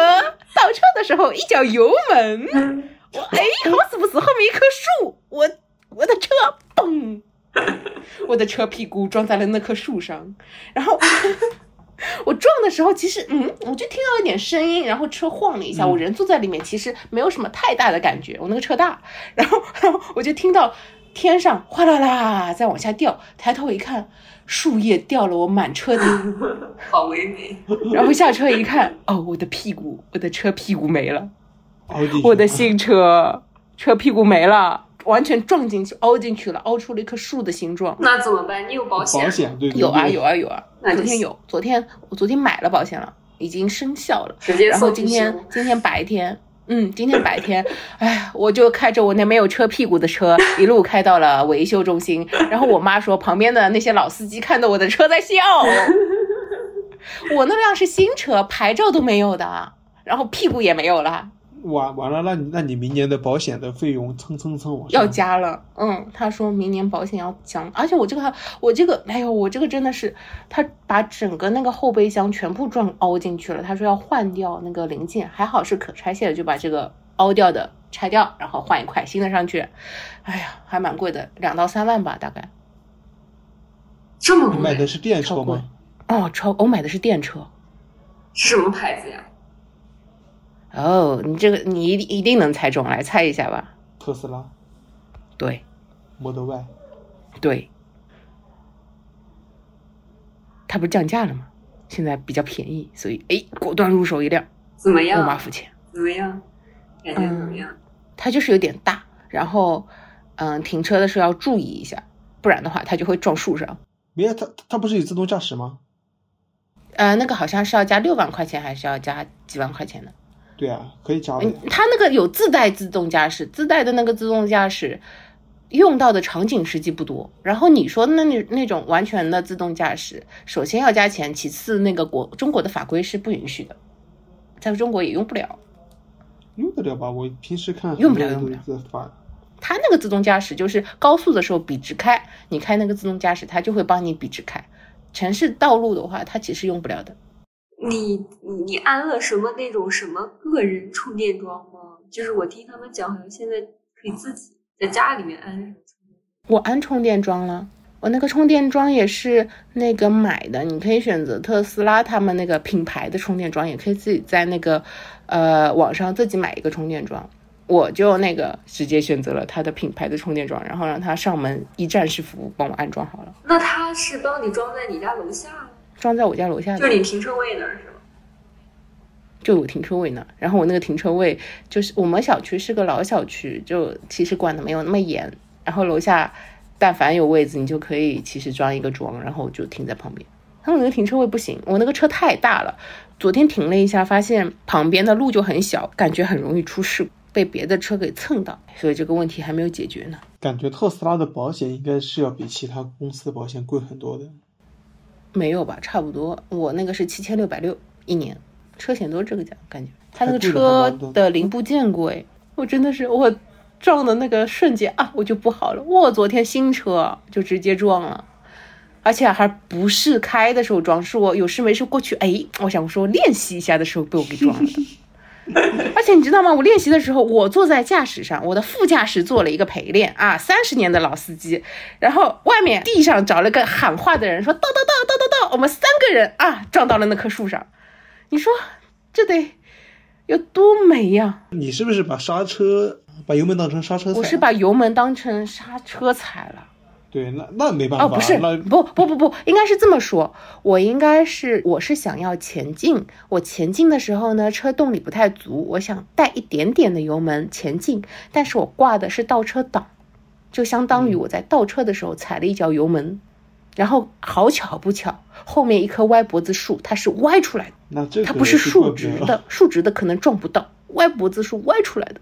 A: 倒车的时候一脚油门。
B: 嗯
A: 我哎，好死不死，后面一棵树，我我的车嘣，我的车屁股撞在了那棵树上，然后 我撞的时候，其实嗯，我就听到一点声音，然后车晃了一下，
C: 嗯
A: 我人坐在里面，其实没有什么太大的感觉，我那个车大，然后 然后我就听到天上哗啦啦在往下掉，抬头一看，树叶掉了我满车顶。
B: 好唯美。
A: 然后下车一看，哦，我的屁股，我的车屁股没了，
C: 凹进去
A: 我的新车车屁股没了，完全撞进去，凹进去了，凹出了一棵树的形状。
B: 那怎么办？你有保险？
C: 保险对对
A: 有啊
C: 对
A: 有啊有啊，
B: 那就
A: 昨天
B: 行
A: 有，昨天我昨天买了保险了，已经生效了。
B: 直接
A: 然后
B: 送
A: 今
B: 去
A: 天
B: 修
A: 今天白天，嗯，今天白天， 哎，我就开着我那没有车屁股的车， 一路开到了维修中心。然后我妈说，旁边的那些老司机看到我的车在 笑。我那辆是新车，牌照都没有的，然后屁股也没有了，
C: 完完了，那你那你明年的保险的费用蹭蹭蹭往上
A: 要加了。嗯，他说明年保险要降，而且我这个我这个，哎呦，我这个真的是，他把整个那个后备箱全部撞凹进去了。他说要换掉那个零件，还好是可拆卸的，就把这个凹掉的拆掉，然后换一块新的上去。哎呀，还蛮贵的，两到三万吧，大概。
B: 这么
C: 你买
B: 贵，
C: 的是电车
A: 超贵
C: 吗？
A: 哦，超我买的是电车。
B: 是什么牌子呀？
A: 哦，你这个你一定一定能猜中，来猜一下吧。
C: 特斯拉、
A: 对
C: Model Y，
A: 对，它不是降价了吗？现在比较便宜，所以哎，果断入手一辆，
B: 怎么
A: 我妈
B: 样？
A: 付钱。
B: 怎么样？感觉
A: 嗯
B: 怎么样？
A: 它就是有点大，然后嗯，停车的时候要注意一下，不然的话它就会撞树上。
C: 没有它它不是有自动驾驶吗？
A: 呃，那个好像是要加六万块钱，还是要加几万块钱的？
C: 对啊，可以加的
A: 嗯
C: 呀。，
A: 它那个有自带自动驾驶，自带的那个自动驾驶用到的场景实际不多。然后你说那那那种完全的自动驾驶，首先要加钱，其次那个国中国的法规是不允许的，在中国也用不了。
C: 用得了吧？我平时看
A: 用不了
C: 很多人
A: 用
C: 都在发
A: 它那个自动驾驶就是高速的时候笔直开，你开那个自动驾驶，它就会帮你笔直开。城市道路的话，它其实用不了的。
B: 你你你安了什么那种什么个人充电桩吗？就是我听他们讲，好像现在可以自己在家里面安。
A: 我安充电桩了，我那个充电桩也是那个买的，你可以选择特斯拉他们那个品牌的充电桩，也可以自己在那个呃网上自己买一个充电桩。我就那个直接选择了它的品牌的充电桩，然后让它上门一站式服务帮我安装好了，
B: 那他是帮你装在你家楼下吗，
A: 装在我家楼下
B: 就
A: 的
B: 是你停车位那儿是吗？
A: 就有停车位呢。然后我那个停车位就是我们小区是个老小区，就其实管的没有那么严。然后楼下但凡有位子，你就可以其实装一个桩，然后我就停在旁边。但我那个停车位不行，我那个车太大了。昨天停了一下，发现旁边的路就很小，感觉很容易出事故，被别的车给蹭到，所以这个问题还没有解决呢。
C: 感觉特斯拉的保险应该是要比其他公司的保险贵很多的。
A: 没有吧？差不多，我那个是七千六百六一年，车险都是这个价，感觉它那个车的零部件贵，我真的是我撞的那个瞬间啊，我就不好了。我昨天新车就直接撞了，而且还不是开的时候撞，是我有事没事过去，哎，我想说练习一下的时候被我给撞了的。而且你知道吗？我练习的时候，我坐在驾驶上，我的副驾驶做了一个陪练啊，三十年的老司机。然后外面地上找了个喊话的人，说到到到到到到，我们三个人啊撞到了那棵树上。你说这得有多美呀！
C: 你是不是把刹车把油门当成刹车踩了？
A: 我是把油门当成刹车踩了。
C: 对，那那没办法，
A: 哦，不是，
C: 那
A: 不不不不，应该是这么说。我应该是我是想要前进，我前进的时候呢，车动力不太足，我想带一点点的油门前进，但是我挂的是倒车档，就相当于
C: 嗯
A: 我在倒车的时候踩了一脚油门，然后好巧不巧，后面一棵歪脖子树它是歪出来的，
C: 那这个
A: 它不是
C: 怪
A: 竖
C: 不
A: 直
C: 了
A: 的，竖直的可能撞不到，歪脖子树歪出来的，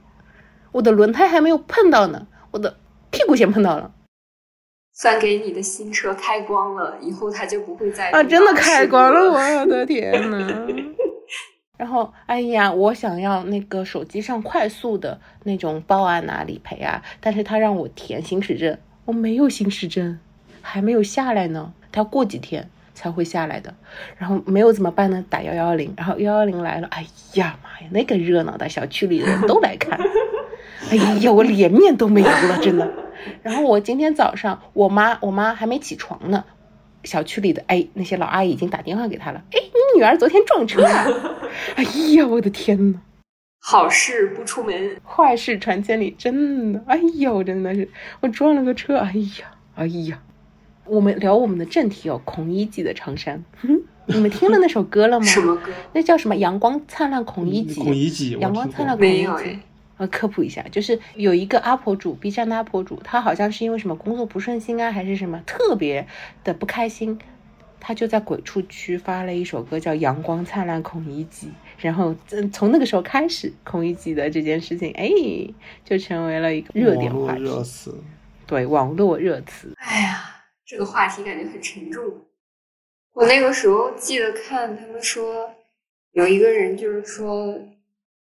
A: 我的轮胎还没有碰到呢，我的屁股先碰到了。
B: 算给你的新车开光了，以后它就不会再
A: 啊，真的开光了，
B: 吗？
A: 我的天呐！然后，哎呀，我想要那个手机上快速的那种报案啊、理赔啊，但是他让我填行驶证，我没有行驶证，还没有下来呢，他要过几天才会下来的。然后没有怎么办呢？打幺幺零，然后幺幺零来了，哎呀妈呀，那个热闹的小区里的人都来看，哎呀，我脸面都没有了，真的。然后我今天早上，我妈我妈还没起床呢，小区里的哎那些老阿姨已经打电话给她了，哎，你女儿昨天撞车了，哎呀，我的天呐！
B: 好事不出门，
A: 坏事传千里，真的，哎呦，真的是我撞了个车，哎呀，哎呀。我们聊我们的正题哦，孔乙己的《长衫》嗯哼，你们听了那首歌了吗？
B: 什么歌？
A: 那叫什么？阳光灿烂孔乙己。
C: 孔乙己，
A: 阳光
C: 我听
A: 灿烂孔
C: 过
B: 没
A: 乙
B: 有
A: 己
B: 哎。
A: 呃，科普一下，就是有一个 UP 主，B 站的 UP 主，他好像是因为什么工作不顺心啊，还是什么特别的不开心，他就在鬼畜区发了一首歌叫《阳光灿烂孔乙己》，然后嗯从那个时候开始，孔乙己的这件事情，哎，就成为了一个热点
C: 网络
A: 话题，
C: 热词，
A: 对网络热词。
B: 哎呀，这个话题感觉很沉重。我那个时候记得看他们说，有一个人就是说，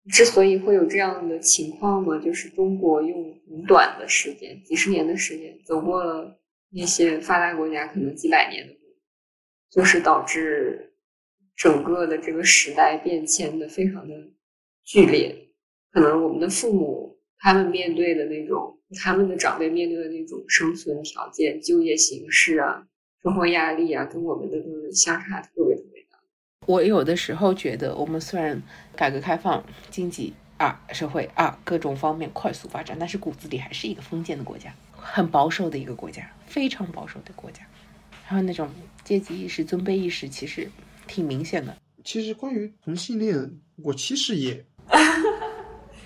B: 之所以会有这样的情况嘛，就是中国用很短的时间，几十年的时间，走过了那些发达国家可能几百年的路，就是导致整个的这个时代变迁的非常的剧烈。可能我们的父母他们面对的那种，他们的长辈面对的那种生存条件、就业形势啊、生活压力啊，跟我们的都是相差特别特别大。
A: 我有的时候觉得，我们虽然改革开放、经济啊、社会啊各种方面快速发展，但是骨子里还是一个封建的国家，很保守的一个国家，非常保守的国家。还有那种阶级意识、尊卑意识，其实挺明显的。
C: 其实关于同性恋，我其实也，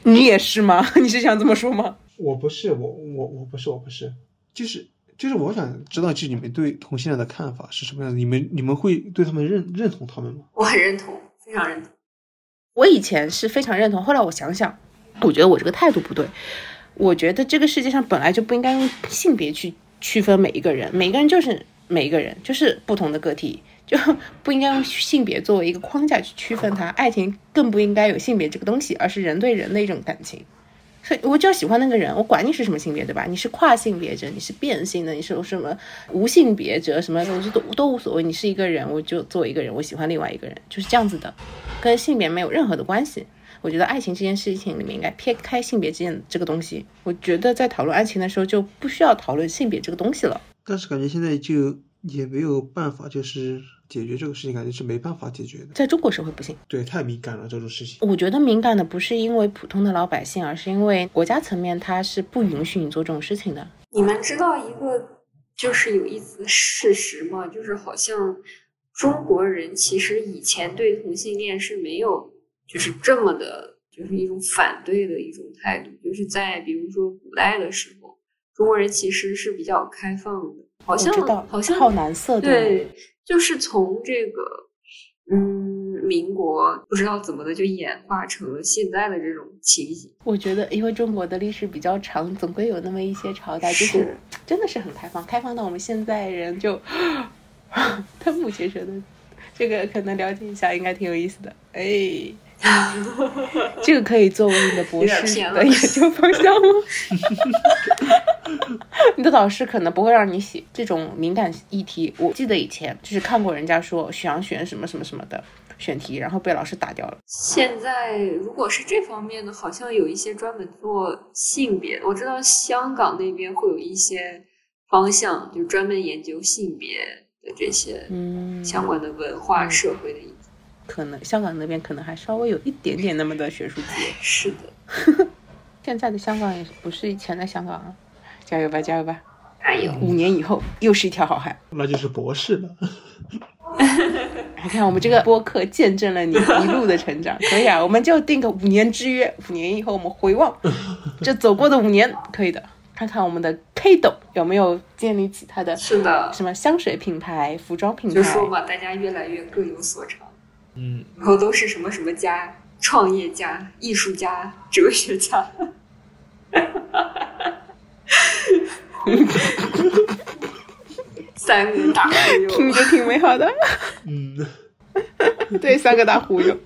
A: 你也是吗？ 你是想这么说吗？
C: 我不是，我我我不是，我不是，就是就是我想知道，就是你们对同性恋的看法是什么样的？你们你们会对他们认认同他们吗？
B: 我很认同，非常认同。
A: 我以前是非常认同，后来我想想，我觉得我这个态度不对。我觉得这个世界上本来就不应该用性别去区分每一个人，每一个人就是每一个人，就是不同的个体，就不应该用性别作为一个框架去区分它。爱情更不应该有性别这个东西，而是人对人的一种感情。所以我只要喜欢那个人，我管你是什么性别，对吧？你是跨性别者，你是变性的，你是什么无性别者，什么我就都都无所谓。你是一个人，我就作为一个人，我喜欢另外一个人，就是这样子的，跟性别没有任何的关系。我觉得爱情这件事情里面应该撇开性别之间这个东西。我觉得在讨论爱情的时候就不需要讨论性别这个东西了。
C: 但是感觉现在就也没有办法，就是解决这个事情，感觉是没办法解决的。
A: 在中国社会不行，
C: 对，太敏感了这种事情。
A: 我觉得敏感的不是因为普通的老百姓，而是因为国家层面它是不允许你做这种事情的。
B: 你们知道一个就是有一则事实吗？就是好像中国人其实以前对同性恋是没有就是这么的，就是一种反对的一种态度。就是在比如说古代的时候，中国人其实是比较开放的，好
A: 我
B: 像
A: 知道，
B: 好像
A: 好难色的。
B: 对，就是从这个嗯民国不知道怎么的就演化成了现在的这种情形。
A: 我觉得，因为中国的历史比较长，总归有那么一些朝代，就是
B: 是
A: 真的是很开放，开放到我们现在人就 瞠目结舌的。这个可能了解一下，应该挺有意思的。哎，这个可以作为你的博
B: 有点
A: 士
B: 偏
A: 的
B: 了
A: 研究方向吗？ 你的导师可能不会让你写这种敏感议题。我记得以前就是看过人家说想选什么什么什么的选题，然后被老师打掉了。
B: 现在如果是这方面的，好像有一些专门做性别，我知道香港那边会有一些方向，就专门研究性别的这些
A: 嗯，
B: 相关的文化、
A: 嗯
B: 社会的议题。
A: 可能香港那边可能还稍微有一点点那么的学术界。
B: 是的，
A: 现在的香港也不是以前的香港啊，加油吧，加油吧！
B: 还有
A: 五年以后又是一条好汉。
C: 那就是博士了。
A: 你看，我们这个播客见证了你一路的成长，可以啊，我们就定个五年之约，五年以后我们回 望这走过的五年，可以的。看看我们的 K 斗有没有建立起他的
B: 是的，
A: 什么香水品牌、服装品
B: 就
A: 牌，
B: 说嘛，大家越来越各有所长，
C: 嗯，
B: 以后都是什么什么家、创业家、艺术家、哲学家。 三个大忽悠，
A: 听着挺美好的。
C: 嗯，
A: 对，三个大忽悠。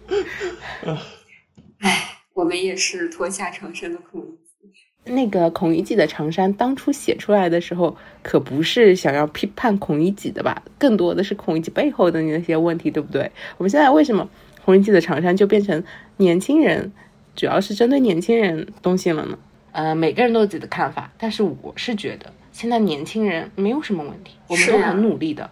B: 我们也是脱下长衫的孔乙己。
A: 那个孔乙己的《长衫》当初写出来的时候，可不是想要批判孔乙己的吧？更多的是孔乙己背后的那些问题，对不对？我们现在为什么孔乙己的《长衫》就变成年轻人，主要是针对年轻人东西了呢？呃，每个人都有自己的看法，但是我是觉得现在年轻人没有什么问题，我们
B: 是
A: 都
B: 啊
A: 很努力的。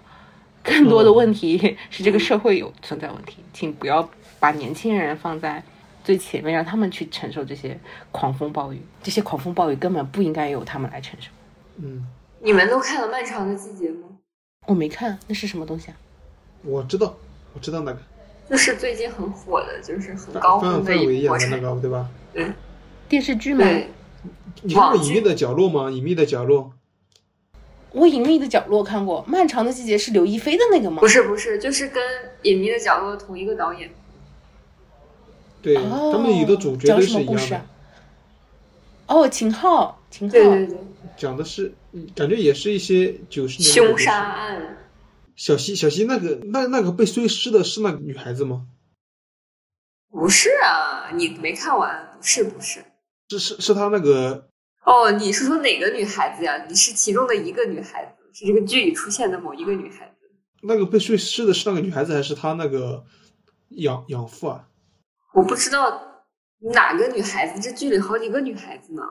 A: 更 多的问题是这个社会有存在问题，请不要把年轻人放在最前面，让他们去承受这些狂风暴雨。这些狂风暴雨根本不应该由他们来承受。
C: 嗯，
B: 你们都看了《漫长的季节》吗？
A: 我没看，那是什么东西啊？
C: 我知道，我知道那个
B: 就是最近很火的，就是很高
C: 范范
B: 分的
C: 范伟
B: 一
C: 演
B: 部国
C: 的
B: 产
C: 那。个，对吧？
A: 电视剧吗？
B: 对，
C: 你看过
B: 网
C: 《隐
B: 剧
C: 秘的角落》吗？《隐秘的角落
A: 我《隐秘的角落》看过，《漫长的季节》是刘亦菲的那个吗
B: 不？是不是，就是跟《隐秘的角落》同一个导演。》
C: 对，
A: 哦，
C: 他们有的主角
A: 讲
C: 都
A: 什
C: 是
A: 么
C: 一
A: 故
C: 样
A: 事
C: 的
A: 啊，？哦，秦昊，秦昊，
B: 对对对，
C: 讲的是嗯感觉也是一些九十年代的
B: 凶
C: 故事
B: 杀案。
C: 小溪，小溪那个那那个被碎尸的是那个女孩子吗？
B: 不是啊，你没看完？不是不是。
C: 是是是她那个
B: 哦，你是说哪个女孩子呀？你是其中的一个女孩子，是这个剧里出现的某一个女孩子。
C: 那个被碎尸的是那个女孩子还是她那个养养父啊？
B: 我不知道哪个女孩子，这剧里好几个女孩子呢。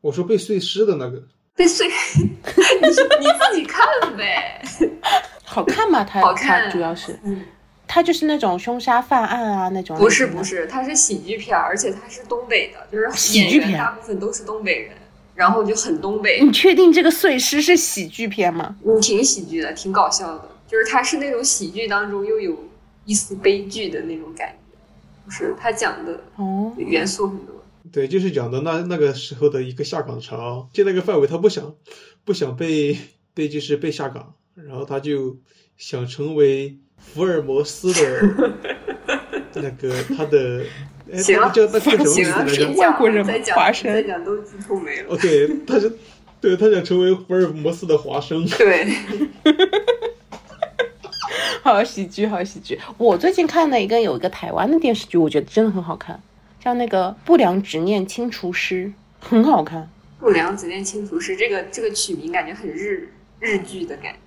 C: 我说被碎尸的那个，
B: 被碎， 你你自己看呗。
A: 好看吗？他
B: 好看
A: 他主要是
B: 嗯，
A: 他就是那种凶杀犯案啊那种。
B: 不是不
A: 是，
B: 是，它是喜剧片儿，而且它是东北的，就是
A: 喜
B: 演
A: 剧
B: 员
A: 片嗯
B: 大部分都是东北人，然后就很东北，
A: 你确定这个碎尸是喜剧片吗？
B: 嗯，挺喜剧的，挺搞笑的，就是它是那种喜剧当中又有一丝悲剧的那种感觉，就是它讲的
A: 哦，
B: 元素很多。
C: 对，就是讲的那那个时候的一个下岗潮，就那个范伟他不想不想被被就是被下岗，然后他就想成为福尔摩斯的 那个他的，哎，
B: 行
C: 他
B: 了
C: 叫那个什么名
B: 行
C: 字
B: 了，
C: 来着
B: 别？
A: 外
B: 讲
A: 国人
B: 了，再讲
A: 华生
B: 再讲都剧透没了。
C: 哦，对，他是对他想成为福尔摩斯的华生。
B: 对，
A: 好喜剧，好喜剧。我最近看了一个有一个台湾的电视剧，我觉得真的很好看，叫那个《不良执念清除师》，很好看。
B: 不良执念清除师这个这个曲名感觉很日日剧的感觉。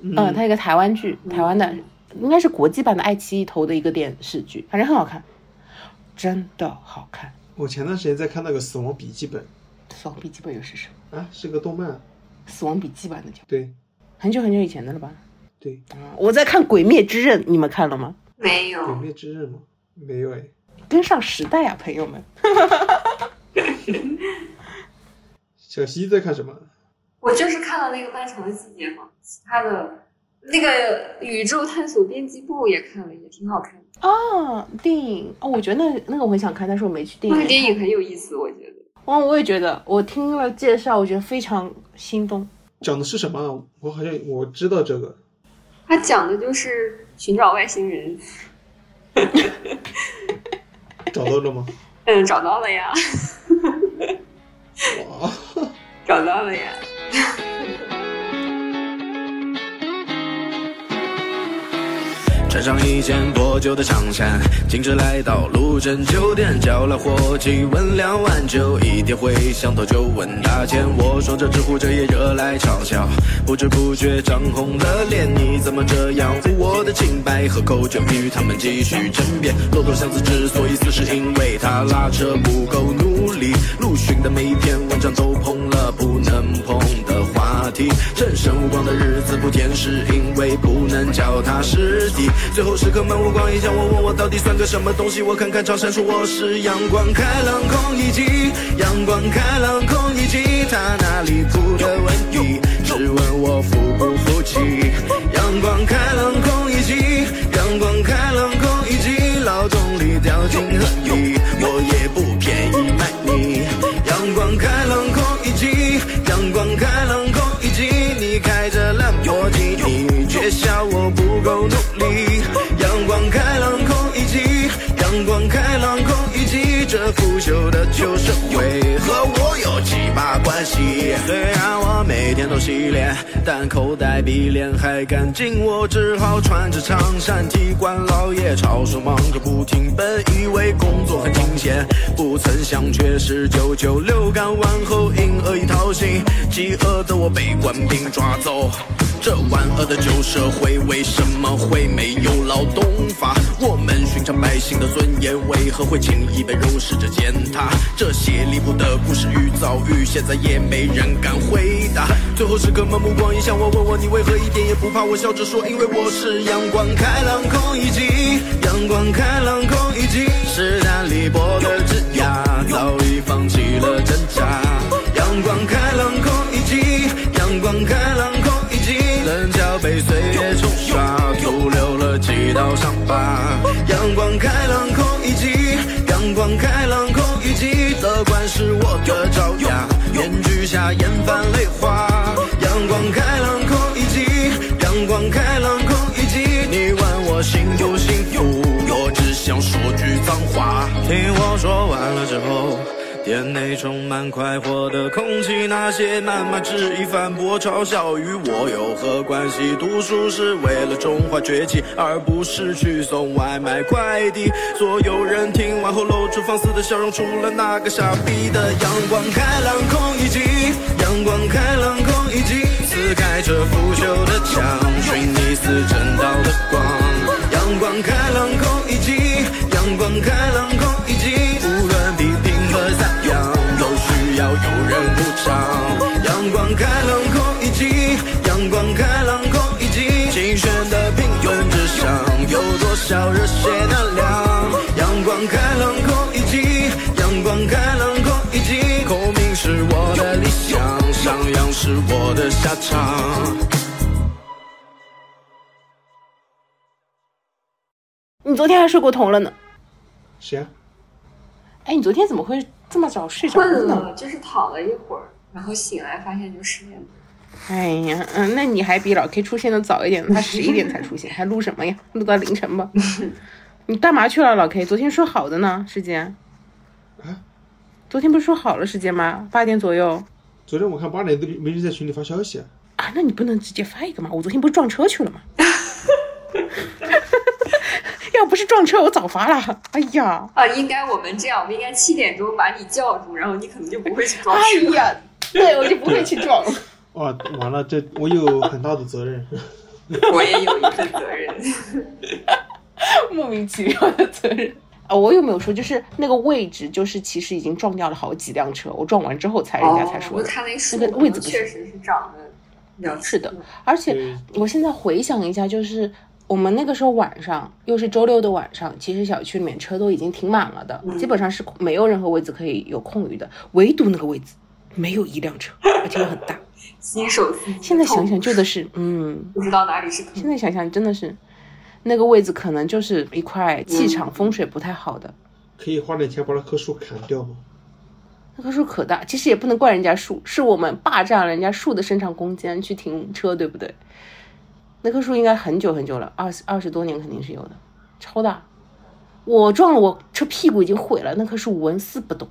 C: 嗯
A: 嗯，它一个台湾剧，台湾的
B: 嗯
A: 应该是国际版的爱奇艺投的一个电视剧，反正很好看，真的好看。
C: 我前段时间在看那个《死亡笔记本
A: 《死亡笔记本》又是什么？》
C: 啊，是个动漫，
A: 《死亡笔记本》的叫，
C: 对
A: 很久很久以前的了吧？
C: 对，
A: 嗯我在看《鬼灭之刃》，你们看了吗？
B: 没
C: 《鬼
B: 有，
C: 灭之刃》吗？没有哎，
A: 跟上时代啊，朋友们。
C: 小溪在看什么？
B: 我就是看了那个《漫长的季节》嘛，其他的那个《宇宙探索编辑部》也看了，也挺好看的。
A: 啊，电影哦，我觉得那那个我很想看，但是我没去电
B: 那个
A: 影。
B: 嗯电影很有意思，我觉得。
A: 哇，我也觉得，我听了介绍，我觉得非常心动。
C: 讲的是什么啊？我好像我知道这个，
B: 它讲的就是寻找外星人，
C: 找到了吗？
B: 嗯，找到了呀，
C: 哇，
B: 找到了呀。
D: 穿上一件破旧的长衫，径直来到路镇酒店，叫了伙计，问两碗酒，一叠茴香豆就问大钱。我说这纸糊这也惹来嘲笑，不知不觉涨红了脸，你怎么这样污我的清白和口卷？与他们继续争辩。骆驼祥子之所以死，是因为他拉车不够努力，陆巡的每一篇文章都碰了不能碰的话题，正神无光的日子不甜，是因为不能脚踏实地。最后时刻漫无光影，想我问我到底算个什么东西？我看看潮汕说我是阳光开朗空一级，阳光开朗空一级，他哪里出的问题？只问我服不服气？阳光开朗空一级，阳光开朗空一级，老总理掉进河里，我也不便宜卖你。阳光开朗空一级，阳光开朗空一级，你开着兰博基尼，却笑我不够努力。阳光开朗空一级，阳光开朗空一级，这腐朽的旧社会和我有几把关系？虽然我每天都洗脸，但口袋比脸还干净，我只好穿着长衫踢馆老爷吵手忙着不停奔，以为工作很清闲，不曾想却是九九六干完后因恶意掏心，饥饿的我被官兵抓走。这万恶的旧社会为什么会没有劳动法？我们寻常百姓的尊严为何会轻易被肉食者践踏？这些离谱的故事与遭遇，现在也没人敢回答。最后时刻们目光移向我，问我你为何一点也不怕？我笑着说，因为我是阳光开朗空一级，阳光开朗空一级。是丹利波的枝桠早已放弃了挣扎，阳光开朗空一级，阳光开朗空一级。棱角被岁月冲刷，徒留了几道伤疤。阳光开朗空一击，阳光开朗空一击，乐观是我的招呀，面具下眼泛泪花。阳光开朗空一击，阳光开朗空一击，你问我幸不幸福，我只想说句脏话。听我说完了之后。店内充满快活的空气，那些谩骂、质疑、反驳、嘲笑与我有何关系？读书是为了中华崛起，而不是去送外卖快递。所有人听完后露出放肆的笑容，除了那个傻逼的阳光开朗空一级，阳光开朗空一级，撕开这腐朽的墙，寻你似正道的光。阳光开朗空一级，阳光开朗空一级，无论批评和赞扬，都需要有人鼓掌。阳光开朗空一级，阳光开朗空一级，琴弦的平稳之上，有多少热血能量？阳光开朗空一级，阳光开朗空一级，空明是我的理想，上扬是我的下场。
A: 你昨天还睡过头了呢？
C: 谁啊？
A: 哎，你昨天怎么会这么早睡着
B: 困
A: 呢？
B: 了，就是躺了一会儿，然后醒来发现就失眠了。
A: 哎呀，嗯，那你还比老 K 出现的早一点，他十一点才出现， 还录什么呀？录到凌 晨吧。你干嘛去了，老 K？昨天说好的呢，时间。
C: 啊
A: 昨天不是说好了时间吗？八点左右
C: 昨天我看八点都没人在群里发消息啊，
A: 啊？那你不能直接发一个吗？我昨天不是撞车去了 吗？要不是撞车，我早发了。哎呀，
B: 啊，应该我们这样，我们应该七点钟把你叫住，然后你可能就不会去装
A: 哎
B: 睡。
A: 呀，对我就不会去撞。
C: 哇，哦完了，这我有很大的责任。
B: 我也有一份责任。
A: 莫名其妙的责任。啊，我有没有说，就是那个位置，就是其实已经撞掉了好几辆车，我撞完之后才 人家才哎说
B: 哦我
A: 的。
B: 看那树
A: 哦那个
B: 可能
A: 位置不
B: 确实是长得比较
A: 是的，而且我现在回想一下，就是我们那个时候晚上，又是周六的晚上，其实小区里面车都已经停满了的，
B: 嗯
A: 基本上是没有任何位置可以有空余的，唯独那个位置没有一辆 车，而且又很大。
B: 新手司机
A: 现在想想，
B: 痛苦
A: 真的是，嗯，
B: 不知道哪里是坑
A: 现。在想想真的是，那个位置可能就是一块气场风水不太好的。
C: 可以花点钱把那棵树砍掉吗？
A: 那棵树可大，其实也不能怪人家树，是我们霸占了人家树的生长空间去停车，对不对？那棵树应该很久很久了，二十二十多年肯定是有的，超大。我撞了，我车屁股已经毁了，那棵树纹丝不动。